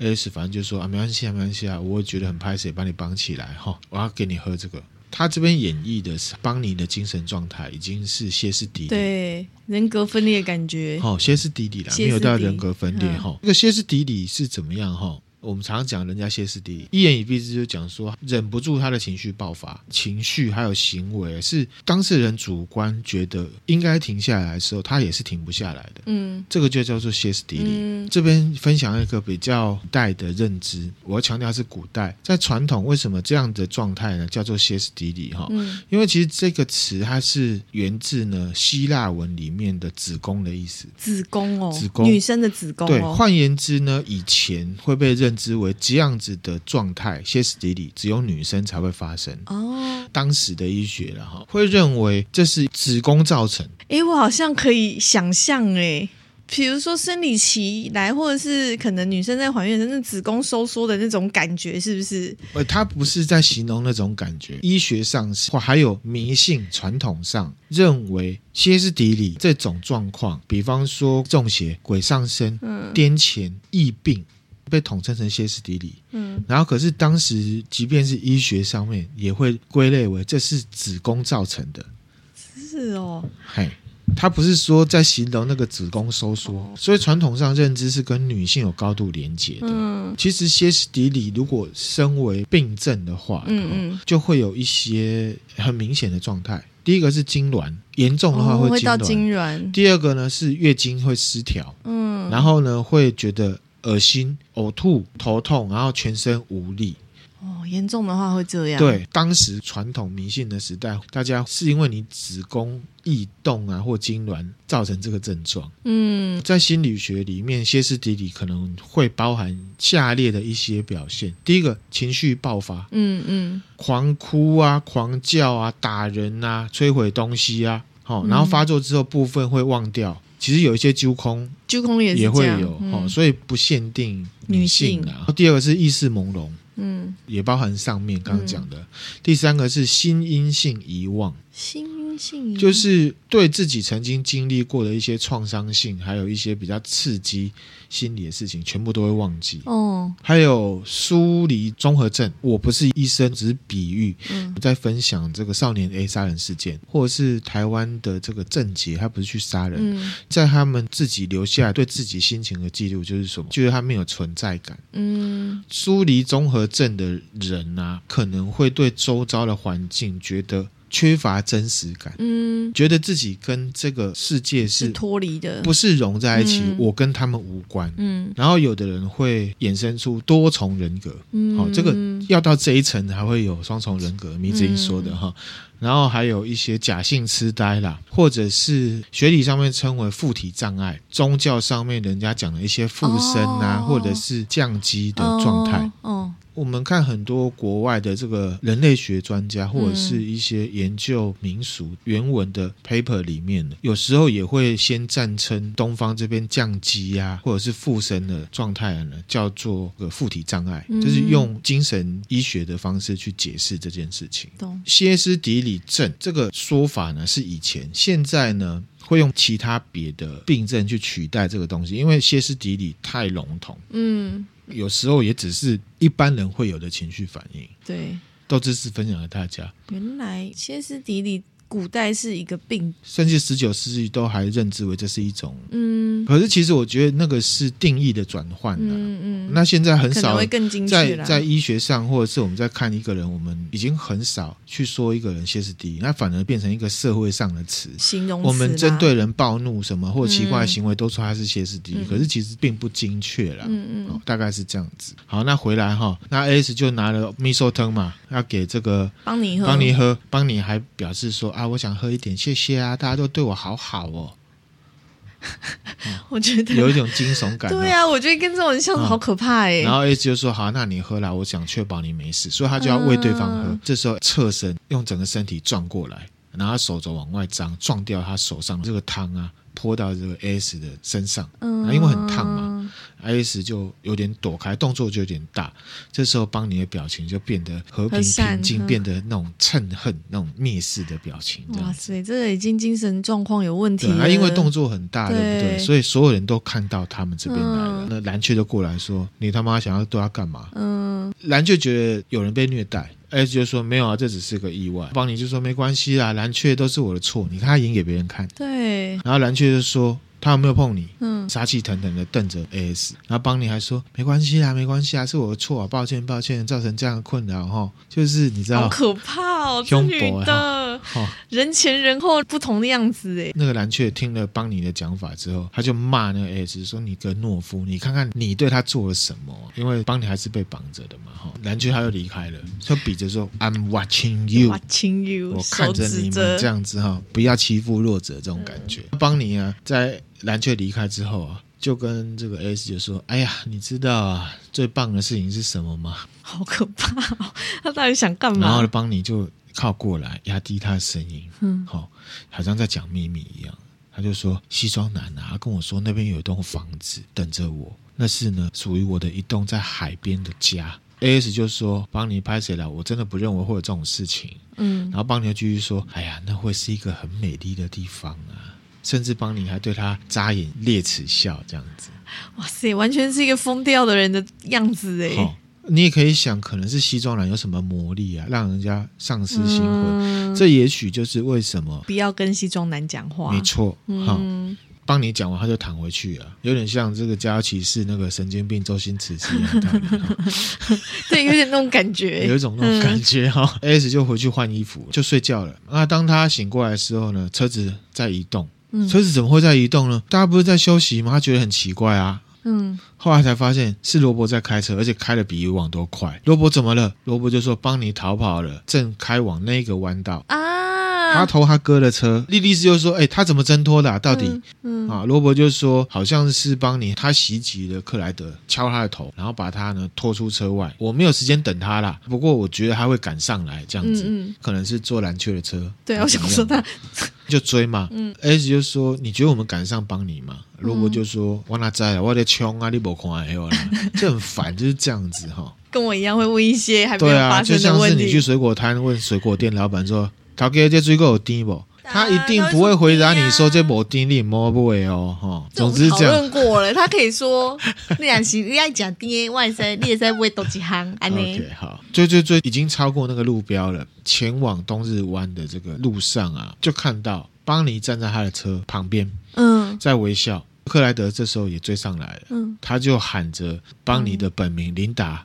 Speaker 1: ”AS 反正就说：“啊，没关系啊，没关系啊，我也觉得很拍谁把你绑起来，哈，我要给你喝这个。”他这边演绎的是邦尼的精神状态已经是歇斯底里，
Speaker 2: 对，人格分裂的感觉。
Speaker 1: 哦，歇斯底里啦，
Speaker 2: 歇斯底
Speaker 1: 没有到人格分裂
Speaker 2: 嗯
Speaker 1: 哈。这个歇斯底里是怎么样哈？我们常常讲人家歇斯底里，一言以蔽之就讲说忍不住他的情绪爆发，情绪还有行为是当事人主观觉得应该停下来的时候，他也是停不下来的，
Speaker 2: 嗯
Speaker 1: 这个就叫做歇斯底里。
Speaker 2: 嗯
Speaker 1: 这边分享一个比较古代的认知，我要强调是古代，在传统为什么这样的状态呢？叫做歇斯底里哈。
Speaker 2: 嗯
Speaker 1: 因为其实这个词它是源自呢希腊文里面的子宫的意思，
Speaker 2: 子宫哦，
Speaker 1: 子宫
Speaker 2: 女生的子宫
Speaker 1: 对，
Speaker 2: 哦，
Speaker 1: 换言之呢，以前会被认知为这样子的状态，歇斯底里只有女生才会发生。
Speaker 2: 哦，
Speaker 1: 当时的医学了哈，会认为这是子宫造成。
Speaker 2: 诶，我好像可以想象诶，比如说生理期来，或者是可能女生在怀孕的时候，那子宫收缩的那种感觉，是不是？
Speaker 1: 呃，它不是在形容那种感觉，医学上是或还有迷信传统上认为歇斯底里这种状况，比方说中邪、鬼上身、
Speaker 2: 嗯
Speaker 1: 癫痫、疫病，被统称成歇斯底里。
Speaker 2: 嗯
Speaker 1: 然后可是当时即便是医学上面也会归类为这是子宫造成的，
Speaker 2: 是哦，
Speaker 1: 嘿。它不是说在形容那个子宫收
Speaker 2: 哦
Speaker 1: 缩，所以传统上认知是跟女性有高度连结的。
Speaker 2: 嗯
Speaker 1: 其实歇斯底里如果身为病症的话，
Speaker 2: 嗯嗯
Speaker 1: 哦就会有一些很明显的状态。第一个是痉挛，严重的话
Speaker 2: 哦会
Speaker 1: 痉
Speaker 2: 到
Speaker 1: 挛；
Speaker 2: 痉挛，
Speaker 1: 第二个呢是月经会失调，
Speaker 2: 嗯，
Speaker 1: 然后呢会觉得恶心、呕吐、头痛，然后全身无力。
Speaker 2: 哦，严重的话会这样，，
Speaker 1: 对，当时传统迷信的时代，大家是因为你子宫异动啊或痉挛造成这个症状。
Speaker 2: 嗯
Speaker 1: 在心理学里面，歇斯底里可能会包含下列的一些表现：第一个，情绪爆发，
Speaker 2: 嗯嗯
Speaker 1: 狂哭啊、狂叫啊、打人啊、摧毁东西啊，
Speaker 2: 嗯
Speaker 1: 好、然后发作之后部分会忘掉。其实有一些揪空
Speaker 2: 揪空也是
Speaker 1: 也
Speaker 2: 这
Speaker 1: 会
Speaker 2: 样
Speaker 1: 有，哦，
Speaker 2: 嗯
Speaker 1: 所以不限定女
Speaker 2: 女
Speaker 1: 性
Speaker 2: 性
Speaker 1: 啊。第二个是意识朦胧，
Speaker 2: 嗯，
Speaker 1: 也包含上面刚刚讲的。第三个是心因性遗忘，
Speaker 2: 心性
Speaker 1: 就是对自己曾经经历过的一些创伤性，还有一些比较刺激心理的事情，全部都会忘记。
Speaker 2: 哦，
Speaker 1: 还有疏离综合症，我不是医生，只是比喻。
Speaker 2: 嗯
Speaker 1: 我在分享这个少年 A 杀人事件，或者是台湾的这个郑杰，他不是去杀人，
Speaker 2: 嗯
Speaker 1: 在他们自己留下来对自己心情的记录，就是什么？就是他没有存在感。
Speaker 2: 嗯
Speaker 1: 疏离综合症的人啊，可能会对周遭的环境觉得缺乏真实感，
Speaker 2: 嗯，
Speaker 1: 觉得自己跟这个世界
Speaker 2: 是
Speaker 1: 是
Speaker 2: 脱离的，
Speaker 1: 不是融在一起，
Speaker 2: 嗯
Speaker 1: 我跟他们无关。
Speaker 2: 嗯
Speaker 1: 然后有的人会衍生出多重人格，
Speaker 2: 嗯，
Speaker 1: 好、这个要到这一层才会有双重人格，迷之音说的哈。然后还有一些假性痴呆啦，或者是学理上面称为附体障碍，宗教上面人家讲的一些附身啊，
Speaker 2: 哦
Speaker 1: 或者是降级的状态。
Speaker 2: 哦，哦
Speaker 1: 我们看很多国外的这个人类学专家，或者是一些研究民俗原文的 paper 里面呢，有时候也会先赞称东方这边降级啊，或者是附身的状态呢，叫做个附体障碍，就是用精神医学的方式去解释这件事情。
Speaker 2: 懂
Speaker 1: 歇斯底里症这个说法呢是以前，现在呢会用其他别的病症去取代这个东西，因为歇斯底里太笼统，
Speaker 2: 嗯，
Speaker 1: 有时候也只是一般人会有的情绪反应。
Speaker 2: 对，
Speaker 1: 都知识分享给大家，
Speaker 2: 原来歇斯底里古代是一个病，
Speaker 1: 甚至十九世纪都还认知为这是一种，
Speaker 2: 嗯
Speaker 1: 可是其实我觉得那个是定义的转换啊。
Speaker 2: 嗯嗯，
Speaker 1: 那现在很
Speaker 2: 可能
Speaker 1: 少
Speaker 2: 会更精
Speaker 1: 在
Speaker 2: 确啦。
Speaker 1: 在医学上，或者是我们在看一个人，我们已经很少去说一个人歇斯底里，那反而变成一个社会上的词。
Speaker 2: 形容词
Speaker 1: 我
Speaker 2: 啦
Speaker 1: 们针对人暴怒什么或奇怪的行为，都说他是歇斯底里，
Speaker 2: 嗯
Speaker 1: 可是其实并不精确啦。
Speaker 2: 嗯
Speaker 1: 哦
Speaker 2: 嗯，
Speaker 1: 大概是这样子。好，那回来哈，那 S 就拿了蜜寿汤嘛，要给这个
Speaker 2: 帮你喝，
Speaker 1: 邦尼喝，邦尼还表示说啊，我想喝一点，谢谢啊，大家都对我好好 哦，
Speaker 2: 我觉得
Speaker 1: 有一种惊悚感、哦。
Speaker 2: 对啊，我觉得跟这种人相处
Speaker 1: 嗯
Speaker 2: 好可怕哎、
Speaker 1: 然后 S 就说：“好，那你喝啦，我想确保你没事。”所以他就要为对方喝。
Speaker 2: 嗯
Speaker 1: 这时候侧身用整个身体撞过来，然后他手肘往外张，撞掉他手上的这个汤啊，泼到这个 S 的身上。
Speaker 2: 嗯，
Speaker 1: 因为很烫嘛，S 就有点躲开，动作就有点大。这时候邦尼的表情就变得和平
Speaker 2: 和善
Speaker 1: 平静，
Speaker 2: 嗯
Speaker 1: 变得那种憎恨、那种蔑视的表情，这
Speaker 2: 哇
Speaker 1: 样。
Speaker 2: 塞，这个已经精神状况有问
Speaker 1: 啊
Speaker 2: 题
Speaker 1: 对，
Speaker 2: 了。
Speaker 1: 他因为动作很大，对不对？
Speaker 2: 对
Speaker 1: 所以所有人都看到他们这边来了。
Speaker 2: 嗯
Speaker 1: 那蓝雀就过来说：“你他妈想要对他干嘛？”
Speaker 2: 嗯，
Speaker 1: 蓝雀觉得有人被虐待，S 就说没有啊，这只是个意外。邦尼就说没关系啦，蓝雀都是我的错，你看他演给别人看。
Speaker 2: 对，
Speaker 1: 然后蓝雀就说他有没有碰你，
Speaker 2: 嗯
Speaker 1: 杀气腾腾的瞪着 AS。然后邦尼还说没关系啦，没关系啊，是我的错啊，抱歉抱歉，造成这样的困扰哈，就是你知
Speaker 2: 好
Speaker 1: 道。
Speaker 2: 可怕哦，这
Speaker 1: 胸
Speaker 2: 女
Speaker 1: 脯
Speaker 2: 的
Speaker 1: 哦，
Speaker 2: 人前人后不同的样子哎，
Speaker 1: 那个蓝雀听了邦尼的讲法之后，他就骂那个 AS 说：“你个懦夫，你看看你对他做了什么？”因为邦尼还是被绑着的嘛，哈、蓝雀他就离开了，就比着说：“I'm watching you。”
Speaker 2: watching you，
Speaker 1: 我
Speaker 2: 手
Speaker 1: 看着
Speaker 2: 指
Speaker 1: 你们
Speaker 2: 着嗯
Speaker 1: 这样子哈、不要欺负弱者这种感觉。邦尼啊，在蓝雀离开之后啊，就跟这个 S 就说：“哎呀，你知道啊，最棒的事情是什么吗
Speaker 2: 好可怕哦！ 他到底想干？”
Speaker 1: 然后
Speaker 2: 嘛？
Speaker 1: 邦尼就靠过来，压低他的声音，
Speaker 2: 嗯，
Speaker 1: 好、好像在讲秘密一样。他就说：“西装男啊，他跟我说那边有一栋房子等着我，那是呢属于我的一栋在海边的家。”A.S 就说：“邦尼拍谁了？我真的不认为会有这种事情。”
Speaker 2: 嗯
Speaker 1: 然后邦尼就继续说：“哎呀，那会是一个很美丽的地方啊！”甚至邦尼还对他眨眼、咧齿笑这样子。
Speaker 2: 哇塞，完全是一个疯掉的人的样子哎，
Speaker 1: 哦，你也可以想，可能是西装男有什么魔力啊，让人家丧失心魂。
Speaker 2: 嗯
Speaker 1: 这也许就是为什么，
Speaker 2: 不要跟西装男讲话
Speaker 1: 没，错，哈、
Speaker 2: 嗯，
Speaker 1: 邦尼讲完他就躺回去了，有点像这个《家有骑士》那个神经病周星驰是一样的道理。哈
Speaker 2: 对，有点那种感 觉，
Speaker 1: 有一种那种感觉
Speaker 2: 嗯
Speaker 1: 哈、S 就回去换衣服，就睡觉了。那当他醒过来的时候呢，车子在移动。
Speaker 2: 嗯
Speaker 1: 车子怎么会在移动呢？大家不是在休息吗？他觉得很奇怪啊。
Speaker 2: 嗯，
Speaker 1: 后来才发现是罗伯在开车，而且开的比以往都快。罗伯怎么了？罗伯就说帮你逃跑了，正开往那个弯道。
Speaker 2: 嗯
Speaker 1: 他
Speaker 2: 啊，
Speaker 1: 投他哥的车，莉莉丝就说：“哎、他怎么挣脱的啊、到底、
Speaker 2: 嗯，嗯
Speaker 1: 啊，罗伯就说好像是邦尼他袭击了克莱德，敲他的头，然后把他呢拖出车外。我没有时间等他啦，不过我觉得他会赶上来这样子，
Speaker 2: 嗯嗯
Speaker 1: 可能是坐蓝雀的车。
Speaker 2: 对啊，我想说他，
Speaker 1: 就追嘛。
Speaker 2: 嗯
Speaker 1: S 就说你觉得我们赶上邦尼吗？罗伯就说、我哪在了，我在冲啊，你没看还 有啦，这很烦，就是这样子哈。
Speaker 2: 跟我一样会问一些还没有
Speaker 1: 对啊，
Speaker 2: 发
Speaker 1: 就
Speaker 2: 生的
Speaker 1: 像是
Speaker 2: 问
Speaker 1: 你去
Speaker 2: 题，
Speaker 1: 水果摊问水果店老板说：“陶哥，这水果有甜不？”
Speaker 2: 啊
Speaker 1: 他一定不会回答你说这某丁你摸不会哦，哈。
Speaker 2: 这我
Speaker 1: 总
Speaker 2: 们
Speaker 1: 之这样
Speaker 2: 讨，论过了，他可 以说你两是你爱讲 D A 外生，你也在为抖几行安呢，
Speaker 1: OK，好，追追追，已经超过那个路标了。前往冬日湾的这个路上啊，就看到邦尼站在他的车旁边，
Speaker 2: 嗯
Speaker 1: 在微笑。克莱德这时候也追上来了，
Speaker 2: 嗯，
Speaker 1: 他就喊着邦尼的本名琳达，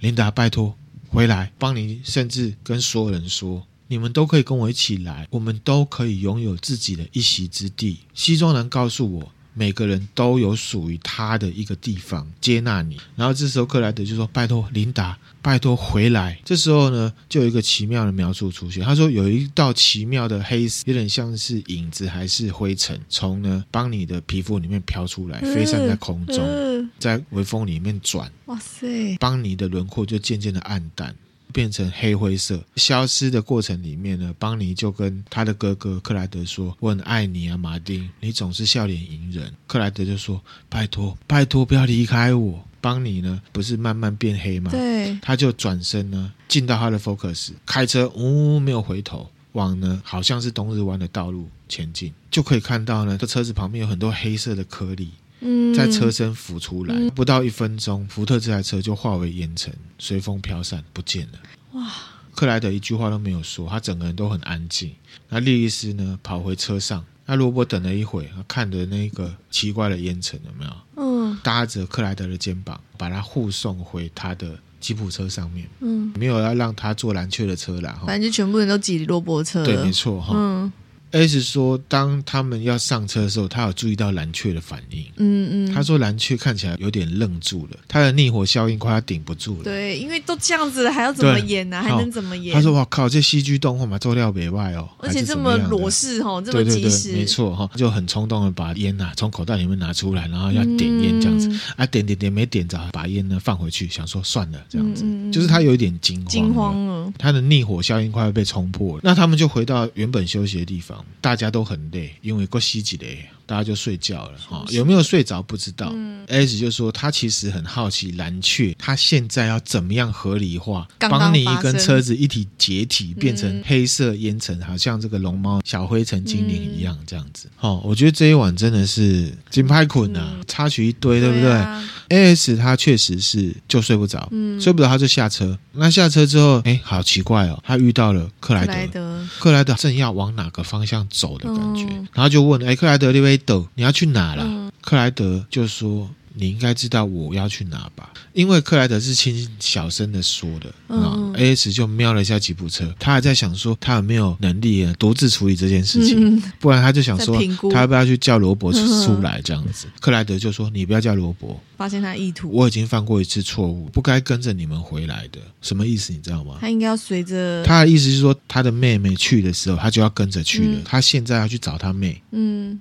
Speaker 1: 琳达，拜托回来。邦尼甚至跟所有人说。你们都可以跟我一起来，我们都可以拥有自己的一席之地。西装男告诉我，每个人都有属于他的一个地方接纳你。然后这时候克莱德就说：“拜托，琳达，拜托回来。”这时候呢，就有一个奇妙的描述出现。他说有一道奇妙的黑丝，有点像是影子还是灰尘，从呢帮你的皮肤里面飘出来，飞散在空中，
Speaker 2: 嗯
Speaker 1: 在微风里面转，
Speaker 2: 哇塞，
Speaker 1: 帮你的轮廓就渐渐的暗淡。变成黑灰色，消失的过程里面呢，邦尼就跟他的哥哥克莱德说：“我很爱你啊，马丁，你总是笑脸迎人。”克莱德就说：“拜托，拜托，不要离开我。”邦尼呢，不是慢慢变黑吗？
Speaker 2: 对，
Speaker 1: 他就转身呢，进到他的 Focus，开车，呜、没有回头，往呢好像是冬日湾的道路前进，就可以看到呢，这车子旁边有很多黑色的颗粒
Speaker 2: 嗯，
Speaker 1: 在车身浮出来。不到一分钟，福特这台车就化为烟尘，随风飘散，不见了。
Speaker 2: 哇，
Speaker 1: 克莱德一句话都没有说，他整个人都很安静。那莉莉丝呢，跑回车上。那罗伯等了一会，他看着那个奇怪的烟尘，有没有
Speaker 2: 嗯
Speaker 1: 搭着克莱德的肩膀，把他护送回他的吉普车上面？
Speaker 2: 嗯，
Speaker 1: 没有要让他坐蓝雀的车啦，哈。
Speaker 2: 反正就全部人都挤罗伯车了，
Speaker 1: 对，没错哈。
Speaker 2: 嗯
Speaker 1: S 说，当他们要上车的时候，他有注意到蓝雀的反应。
Speaker 2: 嗯嗯，
Speaker 1: 他说蓝雀看起来有点愣住了，他的逆火效应快要顶不住了。
Speaker 2: 对，因为都这样子了，还要怎么
Speaker 1: 对
Speaker 2: 演呢、啊还
Speaker 1: 好
Speaker 2: 能怎么演？
Speaker 1: 他说：“哇靠，这戏剧动画嘛，做料北外哦，
Speaker 2: 而且
Speaker 1: 这
Speaker 2: 这么裸视哈，这
Speaker 1: 对
Speaker 2: 么及
Speaker 1: 对
Speaker 2: 时，
Speaker 1: 对，没错哈，就很冲动的把烟呐、从口袋里面拿出来，然后要点烟这样子、
Speaker 2: 嗯
Speaker 1: 啊，点点点没点着，把烟呢放回去，想说算了这样子，
Speaker 2: 嗯嗯嗯
Speaker 1: 就是他有一点惊慌了，啊
Speaker 2: 惊慌哦了，
Speaker 1: 他的逆火效应快要被冲破了，那他们就回到原本休息的地方，大家都很累，因为过西几累，大家就睡觉了哈、有没有睡着不知道。S
Speaker 2: 嗯
Speaker 1: 就说他其实很好奇蓝雀，他现在要怎么样合理化，
Speaker 2: 刚刚嗯
Speaker 1: 帮你
Speaker 2: 发生
Speaker 1: 跟车子一体解体，变成黑色烟尘，好像这个龙猫小灰尘精灵一样这样
Speaker 2: 嗯
Speaker 1: 子。哦，我觉得这一晚真的是金拍捆啊，插曲一堆，对不对？
Speaker 2: 啊
Speaker 1: A S 他确实是就睡不着，
Speaker 2: 嗯
Speaker 1: 睡不着他就下车。那下车之后，哎，好奇怪哦，他遇到了克莱
Speaker 2: 克
Speaker 1: 德，
Speaker 2: 莱德，
Speaker 1: 克莱德正要往哪个方向走的感觉，
Speaker 2: 嗯
Speaker 1: 然后就问，哎，克莱德利维斗，你要去哪啦？
Speaker 2: 嗯
Speaker 1: 克莱德就说。你应该知道我要去哪吧，因为克莱德是轻小声的说的。
Speaker 2: 嗯
Speaker 1: 嗯，A S 就瞄了一下吉普车，他还在想说他有没有能力独自处理这件事情。
Speaker 2: 嗯，
Speaker 1: 不然他就想说
Speaker 2: 在评估，
Speaker 1: 他要不要去叫罗伯出
Speaker 2: 嗯
Speaker 1: 出来这样子？克莱德就说：“你不要叫罗伯，
Speaker 2: 发现他意图，
Speaker 1: 我已经犯过一次错误，不该跟着你们回来的。”什么意思？你知道吗？
Speaker 2: 他应该要随着，
Speaker 1: 他的意思是说，他的妹妹去的时候，他就要跟着去了。
Speaker 2: 嗯
Speaker 1: 他现在要去找他妹，
Speaker 2: 嗯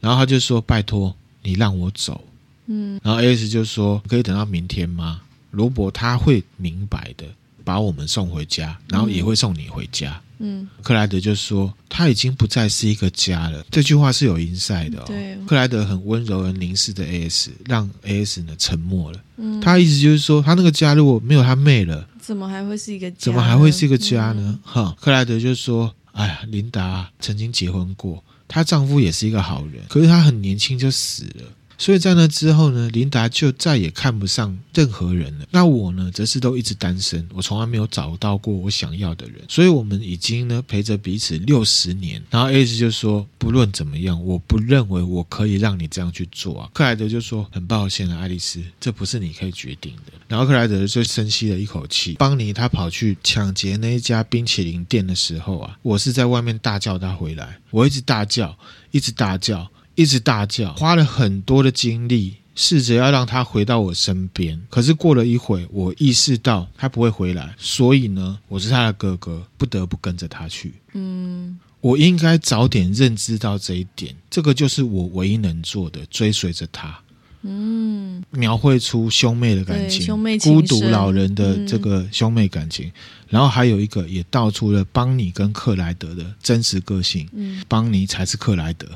Speaker 1: 然后他就说：“拜托，你让我走。
Speaker 2: 嗯”
Speaker 1: 然后 A S 就说：“可以等到明天吗？”罗伯他会明白的，把我们送回家，然后也会送你回家。
Speaker 2: 嗯，
Speaker 1: 克莱德就说：“他已经不再是一个家了。”这句话是有 inside 的、哦。
Speaker 2: 对
Speaker 1: 克莱德很温柔而凝视着 AS，让 AS 呢沉默了。
Speaker 2: 嗯
Speaker 1: 他意思就是说，他那个家如果没有他妹了，
Speaker 2: 怎么还会是一个家呢？
Speaker 1: 怎么还会是一个家
Speaker 2: 嗯
Speaker 1: 呢？哈、克莱德就说：“哎呀，琳达曾经结婚过，她丈夫也是一个好人，可是她很年轻就死了。”所以在那之后呢，琳达就再也看不上任何人了。那我呢，则是都一直单身，我从来没有找到过我想要的人。所以我们已经呢陪着彼此六十年。然后 S 就说，不论怎么样，我不认为我可以让你这样去做啊。克莱德就说，很抱歉啊，爱丽丝，这不是你可以决定的。然后克莱德就深吸了一口气。邦尼他跑去抢劫那一家冰淇淋店的时候啊，我是在外面大叫他回来，我一直大叫，一直大叫。一直大叫，花了很多的精力，试着要让他回到我身边。可是过了一会，我意识到他不会回来，所以呢，我是他的哥哥，不得不跟着他去。
Speaker 2: 嗯
Speaker 1: 我应该早点认知到这一点，这个就是我唯一能做的，追随着他。
Speaker 2: 嗯
Speaker 1: 描绘出兄妹的感情，
Speaker 2: 对兄妹情
Speaker 1: 孤独
Speaker 2: 深嗯
Speaker 1: 老人的这个兄妹感情，然后还有一个也道出了邦尼跟克莱德的真实个性，
Speaker 2: 嗯
Speaker 1: 邦尼才是克莱德，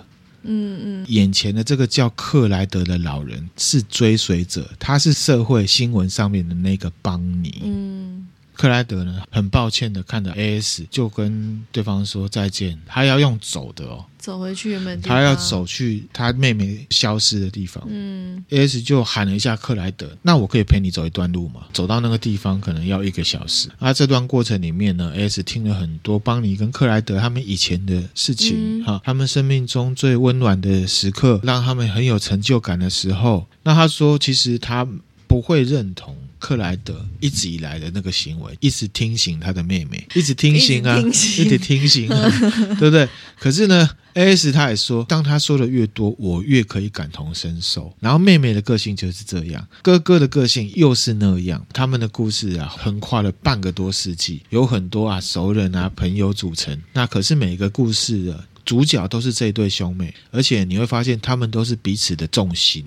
Speaker 2: 嗯嗯
Speaker 1: 眼前的这个叫克莱德的老人是追随者，他是社会新闻上面的那个邦尼。
Speaker 2: 嗯，
Speaker 1: 克莱德呢，很抱歉的看着 AS，就跟对方说再见，他要用走的哦，
Speaker 2: 走回去原本地
Speaker 1: 他要
Speaker 2: 方，
Speaker 1: 走去他妹妹消失的地方。
Speaker 2: 嗯
Speaker 1: A.S. 就喊了一下克莱德，那我可以陪你走一段路吗？走到那个地方可能要一个小时。啊，这段过程里面呢，A.S. 听了很多邦尼跟克莱德他们以前的事情，
Speaker 2: 嗯
Speaker 1: 哈、他们生命中最温暖的时刻，让他们很有成就感的时候。那他说，其实他不会认同。克莱德一直以来的那个行为，一直听醒他的妹妹，一直听醒啊，
Speaker 2: 一直听醒
Speaker 1: 一直听醒啊，对不对？可是呢，A S 他也说，当他说的越多，我越可以感同身受。然后妹妹的个性就是这样，哥哥的个性又是那样。他们的故事啊，横跨了半个多世纪，有很多啊熟人啊朋友组成。那可是每个故事的、主角都是这一对兄妹，而且你会发现他们都是彼此的重心。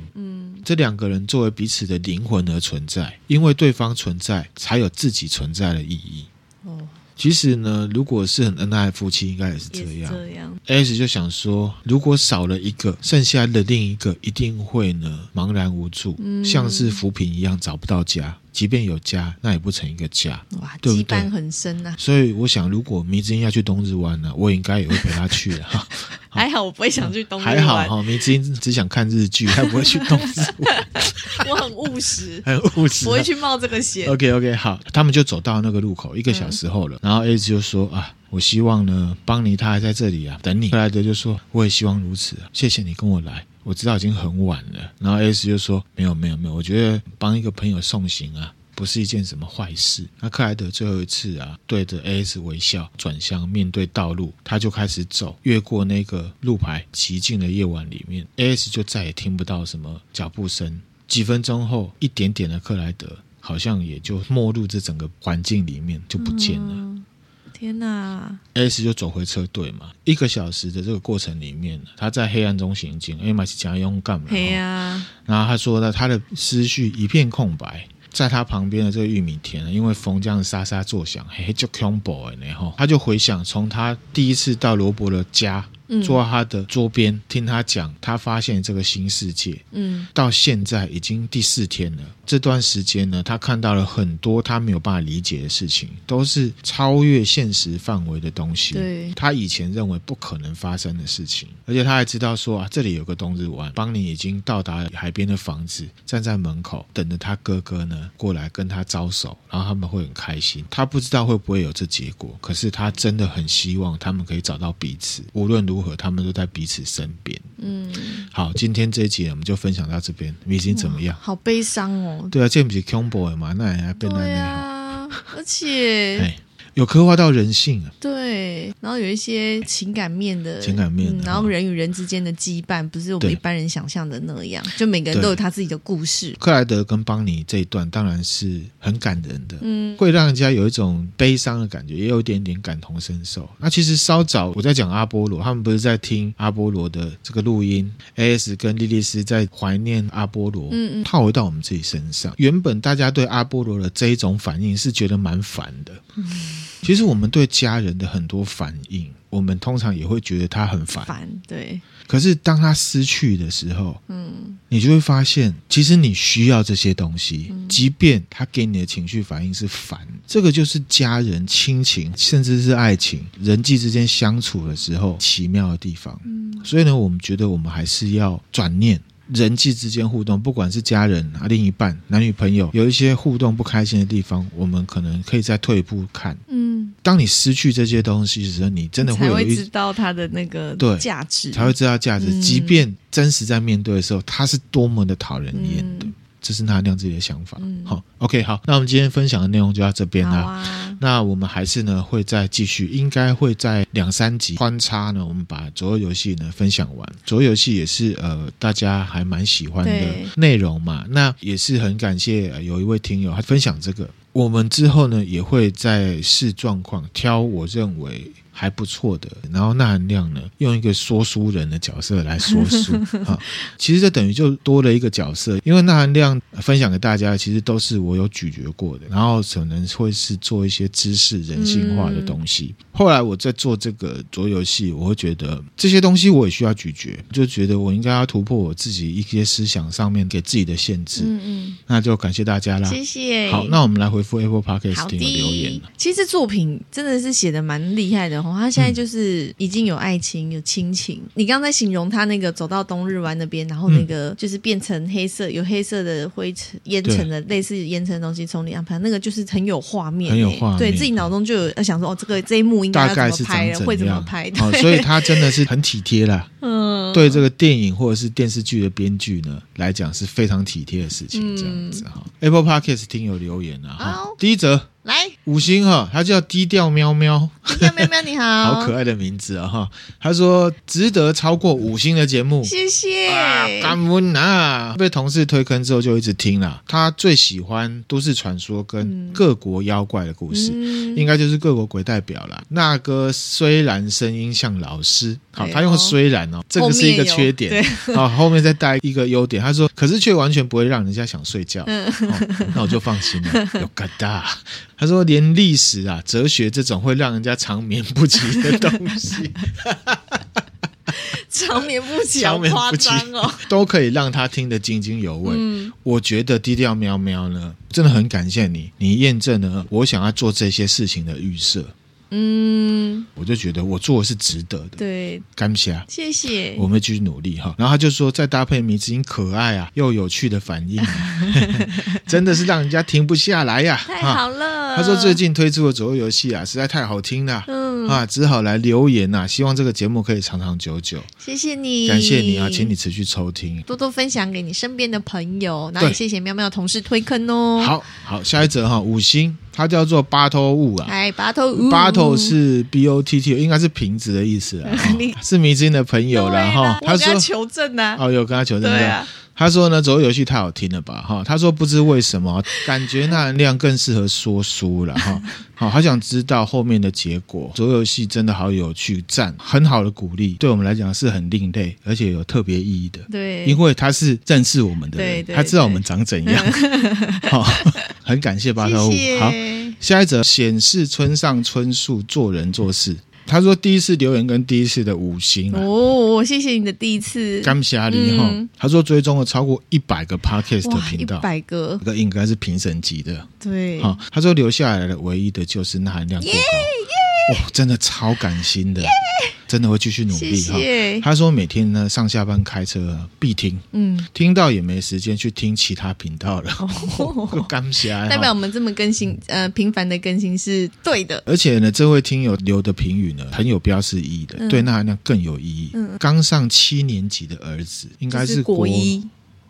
Speaker 1: 这两个人作为彼此的灵魂而存在，因为对方存在，才有自己存在的意义。
Speaker 2: 哦，
Speaker 1: 其实呢，如果是很恩爱的夫妻，应该也是这
Speaker 2: 也是
Speaker 1: 样。
Speaker 2: 这样，
Speaker 1: S 就想说，如果少了一个，剩下的另一个一定会呢茫然无助，像是浮萍一样找不到家。即便有家，那也不成一个家。
Speaker 2: 哇，
Speaker 1: 对不对
Speaker 2: 羁绊很深啊呐、
Speaker 1: 所以我想，如果迷之音要去冬日湾呢、我应该也会陪他去啊。
Speaker 2: 还好我不会想去东
Speaker 1: 还
Speaker 2: 京
Speaker 1: 好
Speaker 2: 玩，
Speaker 1: 哈，迷之音只想看日剧，他不会去冬日湾，，
Speaker 2: 我很务实
Speaker 1: 很务 实啊、
Speaker 2: 不会去冒这个险。
Speaker 1: OK OK，好，他们就走到那个路口，一个小时后了。然后 A 就说啊，我希望呢，邦尼他还在这里啊，等你。克莱德就说，我也希望如此啊，谢谢你跟我来。我知道已经很晚了，然后 S 就说没有没有没有，我觉得帮一个朋友送行啊，不是一件什么坏事。那克莱德最后一次啊，对着 A.S 微笑，转向面对道路，他就开始走，越过那个路牌，骑进了夜晚里面。A.S 就再也听不到什么脚步声。几分钟后，一点点的克莱德好像也就没入这整个环境里面，就不见了。
Speaker 2: 嗯天哪，
Speaker 1: S 就走回车队嘛，一个小时的这个过程里面，他在黑暗中行进，因为是加用干嘛？
Speaker 2: 嘿啊呀，
Speaker 1: 然后他说呢，他的思绪一片空白，在他旁边的这个玉米田，因为风这样沙沙作响，嘿，就 combo 呢吼，他就回想从他第一次到罗伯的家，
Speaker 2: 嗯
Speaker 1: 坐到他的桌边听他讲，他发现这个新世界。
Speaker 2: 嗯，
Speaker 1: 到现在已经第四天了，这段时间呢，他看到了很多他没有办法理解的事情，都是超越现实范围的东西。
Speaker 2: 对
Speaker 1: 他以前认为不可能发生的事情，而且他还知道说啊，这里有个冬日湾，邦尼已经到达海边的房子，站在门口等着他哥哥呢过来跟他招手，然后他们会很开心。他不知道会不会有这结果，可是他真的很希望他们可以找到彼此，无论如何，他们都在彼此身边。
Speaker 2: 嗯，
Speaker 1: 好，今天这一集我们就分享到这边，你已经怎么样？
Speaker 2: 好悲伤哦。
Speaker 1: 对啊，这不是 combo 嘛，那也变那
Speaker 2: 对
Speaker 1: 样。
Speaker 2: 啊，而且
Speaker 1: 哎，有刻画到人性啊，
Speaker 2: 对，然后有一些情感面的
Speaker 1: 情感面的
Speaker 2: 嗯然后人与人之间的羁绊，不是我
Speaker 1: 对
Speaker 2: 们一般人想象的那样，就每个人
Speaker 1: 对
Speaker 2: 都有他自己的故事。
Speaker 1: 克莱德跟邦尼这一段当然是很感人的，
Speaker 2: 嗯，
Speaker 1: 会让人家有一种悲伤的感觉，也有一点点感同身受。那其实稍早我在讲阿波罗，他们不是在听阿波罗的这个录音，A.S. 跟莉莉丝在怀念阿波罗，
Speaker 2: 嗯嗯
Speaker 1: 套回到我们自己身上。原本大家对阿波罗的这一种反应是觉得蛮烦的，
Speaker 2: 嗯
Speaker 1: 其实我们对家人的很多反应，我们通常也会觉得他很烦。
Speaker 2: 烦，对，
Speaker 1: 可是当他失去的时候，
Speaker 2: 嗯，
Speaker 1: 你就会发现，其实你需要这些东西，即便他给你的情绪反应是烦，这个就是家人、亲情，甚至是爱情、人际之间相处的时候奇妙的地方。
Speaker 2: 嗯
Speaker 1: 所以呢，我们觉得我们还是要转念。人际之间互动，不管是家人啊、另一半、男女朋友，有一些互动不开心的地方，我们可能可以再退一步看。
Speaker 2: 嗯，
Speaker 1: 当你失去这些东西的时候，你真的会
Speaker 2: 才
Speaker 1: 有
Speaker 2: 会
Speaker 1: 一
Speaker 2: 知道他的那个
Speaker 1: 对
Speaker 2: 价值，
Speaker 1: 才会知道价值。
Speaker 2: 嗯
Speaker 1: 即便真实在面对的时候，他是多么的讨人厌的，
Speaker 2: 嗯
Speaker 1: 这是他那样自己的想法。
Speaker 2: 嗯
Speaker 1: 好，OK，好，那我们今天分享的内容就到这边
Speaker 2: 好
Speaker 1: 啦。
Speaker 2: 啊，
Speaker 1: 那我们还是呢会再继续，应该会在两三集穿插呢，我们把左右游戏呢分享完。左右游戏也是呃大家还蛮喜欢的
Speaker 2: 对
Speaker 1: 内容嘛，那也是很感谢、呃有一位听友他分享这个。我们之后呢也会在视状况挑我认为。还不错的，然后那含量呢，用一个说书人的角色来说书啊，其实这等于就多了一个角色，因为那含量呃分享给大家，其实都是我有咀嚼过的，然后可能会是做一些知识人性化的东西。后来我在做这个桌游戏，我会觉得这些东西我也需要咀嚼，就觉得我应该要突破我自己一些思想上面给自己的限制。
Speaker 2: 嗯
Speaker 1: 那就感谢大家啦
Speaker 2: 嗯，。谢谢。
Speaker 1: 好，那我们来回复 Apple Podcast
Speaker 2: 好
Speaker 1: 的
Speaker 2: 的
Speaker 1: 留言。，
Speaker 2: 其实作品真的是写的蛮厉害的哦。他
Speaker 1: 嗯
Speaker 2: 现在就是已经有爱情，有亲情。你刚才形容他那个走到冬日湾那边，然后
Speaker 1: 嗯
Speaker 2: 那个就是变成黑色，有黑色的灰尘、烟尘的类似烟尘的东西从你安排，那个就是很有画面欸，
Speaker 1: 很有画面
Speaker 2: 呃对自己脑中就有想说哦，这个这一幕应该
Speaker 1: 大概
Speaker 2: 要怎
Speaker 1: 是
Speaker 2: 么
Speaker 1: 长
Speaker 2: 拍了，会
Speaker 1: 怎
Speaker 2: 怎么
Speaker 1: 样
Speaker 2: 拍？
Speaker 1: 好，
Speaker 2: 对
Speaker 1: 所以他真的是很体贴啦。
Speaker 2: 嗯，
Speaker 1: 对这个电影或者是电视剧的编剧呢来讲是非常体贴的事情，这样子哈。Apple Podcast 听友留言啊，哈
Speaker 2: 嗯好，
Speaker 1: 第一则
Speaker 2: 来，
Speaker 1: 五星哈，它叫低调喵喵，
Speaker 2: 喵喵喵喵，你好，
Speaker 1: 好可爱的名字啊哈。他说值得超过五星的节目。
Speaker 2: 谢谢，嗯
Speaker 1: 啊，感恩啊！被同事推坑之后就一直听啦。他最喜欢都市传说跟各国妖怪的故事，
Speaker 2: 嗯
Speaker 1: 应该就是各国鬼代表啦。那哥虽然声音像老师，好，
Speaker 2: 对
Speaker 1: 他用
Speaker 2: 哦
Speaker 1: 虽然哦，这个是一个缺点
Speaker 2: 后面 有
Speaker 1: 啊。后面再带一个优点，他说，可是却完全不会让人家想睡觉。
Speaker 2: 嗯
Speaker 1: 哦那我就放心 了，有疙瘩。他说，连历史啊、哲学这种会让人家长眠不起的东 西，
Speaker 2: 长眠 不起，好
Speaker 1: 长眠
Speaker 2: 夸
Speaker 1: 不起
Speaker 2: 张哦，
Speaker 1: 都可以让他听得津津有味。
Speaker 2: 嗯，
Speaker 1: 我觉得低调喵喵呢，真的很感谢你，你验证了我想要做这些事情的预设，
Speaker 2: 嗯，
Speaker 1: 我就觉得我做的是值得的。
Speaker 2: 对，
Speaker 1: 感谢啊，
Speaker 2: 谢谢
Speaker 1: 我，们会继续努力哈。 然后他就说，再搭配迷之音可爱啊又有趣的反 应、啊，真的是让人家停不下来呀、
Speaker 2: 太
Speaker 1: 哈
Speaker 2: 好了。
Speaker 1: 啊他说最，近推出的左右游戏啊，实在太好听了。
Speaker 2: 嗯，
Speaker 1: 啊，只好来留言呐、希望这个节目可以长长久久。
Speaker 2: 谢谢你，
Speaker 1: 感谢你啊，请你持续收听。
Speaker 2: 多多分享给你身边的朋友，然后
Speaker 1: 对
Speaker 2: 也谢谢喵喵同事推坑哦。，
Speaker 1: 好好，下一则哈，五星，它叫做巴头物啊。
Speaker 2: 哎，battle
Speaker 1: battle 是 b o t t，应该是瓶子的意思啊，
Speaker 2: 你啊
Speaker 1: 哦是迷之音的朋友啦哈。
Speaker 2: 我
Speaker 1: 他
Speaker 2: 跟他
Speaker 1: 说
Speaker 2: 求证啊呢，
Speaker 1: 哦，有跟他求证
Speaker 2: 对
Speaker 1: 的。
Speaker 2: 啊，
Speaker 1: 他说呢，左右游戏太好听了吧哈。他说不知为什么，感觉那含量更适合说书了哈。好，好想知道后面的结果。左右游戏真的好有趣，赞，很好的鼓励，对我们来讲是很另类，而且有特别意义的。
Speaker 2: 对啊
Speaker 1: 因，为他是认识我们的人，
Speaker 2: 对对
Speaker 1: 他知道我们长怎样。 好，很感谢八头五。
Speaker 2: 谢
Speaker 1: 好，
Speaker 2: 谢，
Speaker 1: 下一则显示村上春树做人做事。他说第一次留言跟第一次的五星啊，
Speaker 2: 哦，谢谢你的第一次，
Speaker 1: 感谢你哈
Speaker 2: 嗯。
Speaker 1: 他说追踪了超过一百个 podcast 的
Speaker 2: 哇，一
Speaker 1: 频道。
Speaker 2: 百个
Speaker 1: 这，个应该是评审级的，
Speaker 2: 对，
Speaker 1: 好、他说留下来的唯一的就是那含量过高，哇、真的超感心的，真的会继续努
Speaker 2: 谢
Speaker 1: 力哈、
Speaker 2: 谢，
Speaker 1: 他说每天呢上下班开车啊必听，
Speaker 2: 嗯，
Speaker 1: 听到也没时间去听其他频道了，
Speaker 2: 哦
Speaker 1: 感谢啊。
Speaker 2: 代表我们这么更新，呃，频繁的更新是对的，
Speaker 1: 而且呢，这位听友留的评语呢很有标示意义的，
Speaker 2: 嗯
Speaker 1: 对那含量更有意义。
Speaker 2: 嗯
Speaker 1: 刚上七年级的儿子应该
Speaker 2: 就是
Speaker 1: 国
Speaker 2: 国一，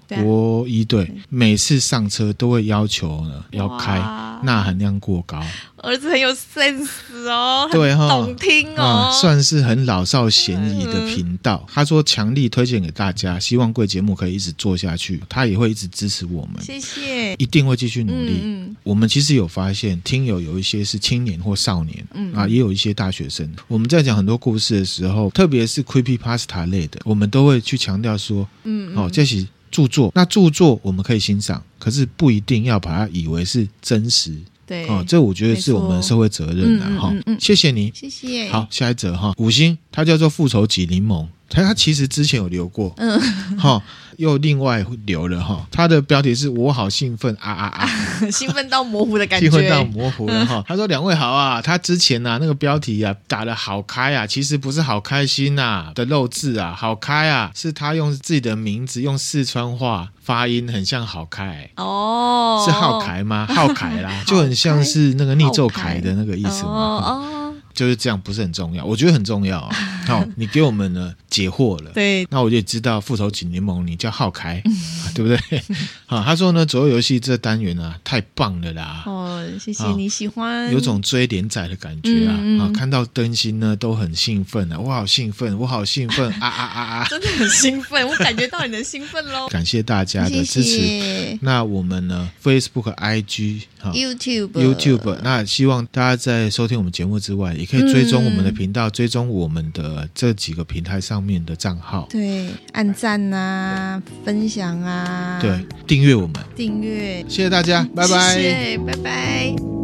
Speaker 2: 对啊
Speaker 1: 国一对，每次上车都会要求呢要开
Speaker 2: 哇
Speaker 1: 钠含量过高，
Speaker 2: 儿子很有 sense 哦，
Speaker 1: 对
Speaker 2: 很
Speaker 1: 哈
Speaker 2: 懂听哦
Speaker 1: 啊，，算是很老少咸宜的频道。他说强力推荐给大家，希望贵节目可以一直做下去，他也会一直支持我们，
Speaker 2: 谢谢，
Speaker 1: 一定会继续努力。
Speaker 2: 嗯嗯，
Speaker 1: 我们其实有发现，听友有一些是青年或少年，
Speaker 2: 嗯
Speaker 1: 啊，也有一些大学生。我们在讲很多故事的时候，特别是 creepy pasta 类的，我们都会去强调说，
Speaker 2: 嗯
Speaker 1: 哦，这是著作。那著作我们可以欣赏，可是不一定要把它以为是真实。
Speaker 2: 对，
Speaker 1: 哦，这我觉得是我们的社会责任
Speaker 2: 没
Speaker 1: 啊。
Speaker 2: 错
Speaker 1: 哈、
Speaker 2: 嗯嗯嗯嗯
Speaker 1: 谢谢你。
Speaker 2: 谢谢，
Speaker 1: 好，下一则哈，五星，它叫做复仇级柠檬，它它其实之前有留过，嗯， 哈，又另外留了哈，它的标题是我好兴奋啊啊 啊，
Speaker 2: 兴奋到模糊的感觉，
Speaker 1: 兴奋到模糊了 哈。他说两位好啊，他之前啊那个标题啊打的好开啊，其实不是好开心呐、的漏字啊，好开啊是他用自己的名字用四川话发音，很像好开、
Speaker 2: 哦，
Speaker 1: 是浩凯吗？浩凯 啦，就很像是那个逆奏凯的那个意思嗯嘛。
Speaker 2: 哦哦，
Speaker 1: 就是这样，不是很重要，我觉得很重 要、啊。好、你给我们呢解惑了。
Speaker 2: 对，嗯
Speaker 1: 那我就知道复仇者联盟你叫浩开， 对不对？ 好，他说呢，左右游戏这单元啊太棒了啦，
Speaker 2: 哦，谢谢
Speaker 1: 好
Speaker 2: 你喜欢，
Speaker 1: 啊有种追连载的感觉啊！
Speaker 2: 嗯嗯
Speaker 1: 啊，看到更新呢都很兴奋啊，我好兴奋，我好兴 奋啊啊啊啊！
Speaker 2: 真的很兴奋，我感觉到你的兴奋 喽，
Speaker 1: 感谢大家的
Speaker 2: 谢
Speaker 1: 支持。
Speaker 2: 谢
Speaker 1: 那我们呢，Facebook、IG 哈、
Speaker 2: 嗯 YouTube
Speaker 1: YouTube，那希望大家在收听我们节目之外，也可以追踪我们的频道，追踪我们的这几个平台上面的账号，
Speaker 2: 对，按赞啊，分享啊，
Speaker 1: 对，，订阅我们。
Speaker 2: 订阅，
Speaker 1: 嗯谢谢大家，拜拜。
Speaker 2: 谢谢，拜拜。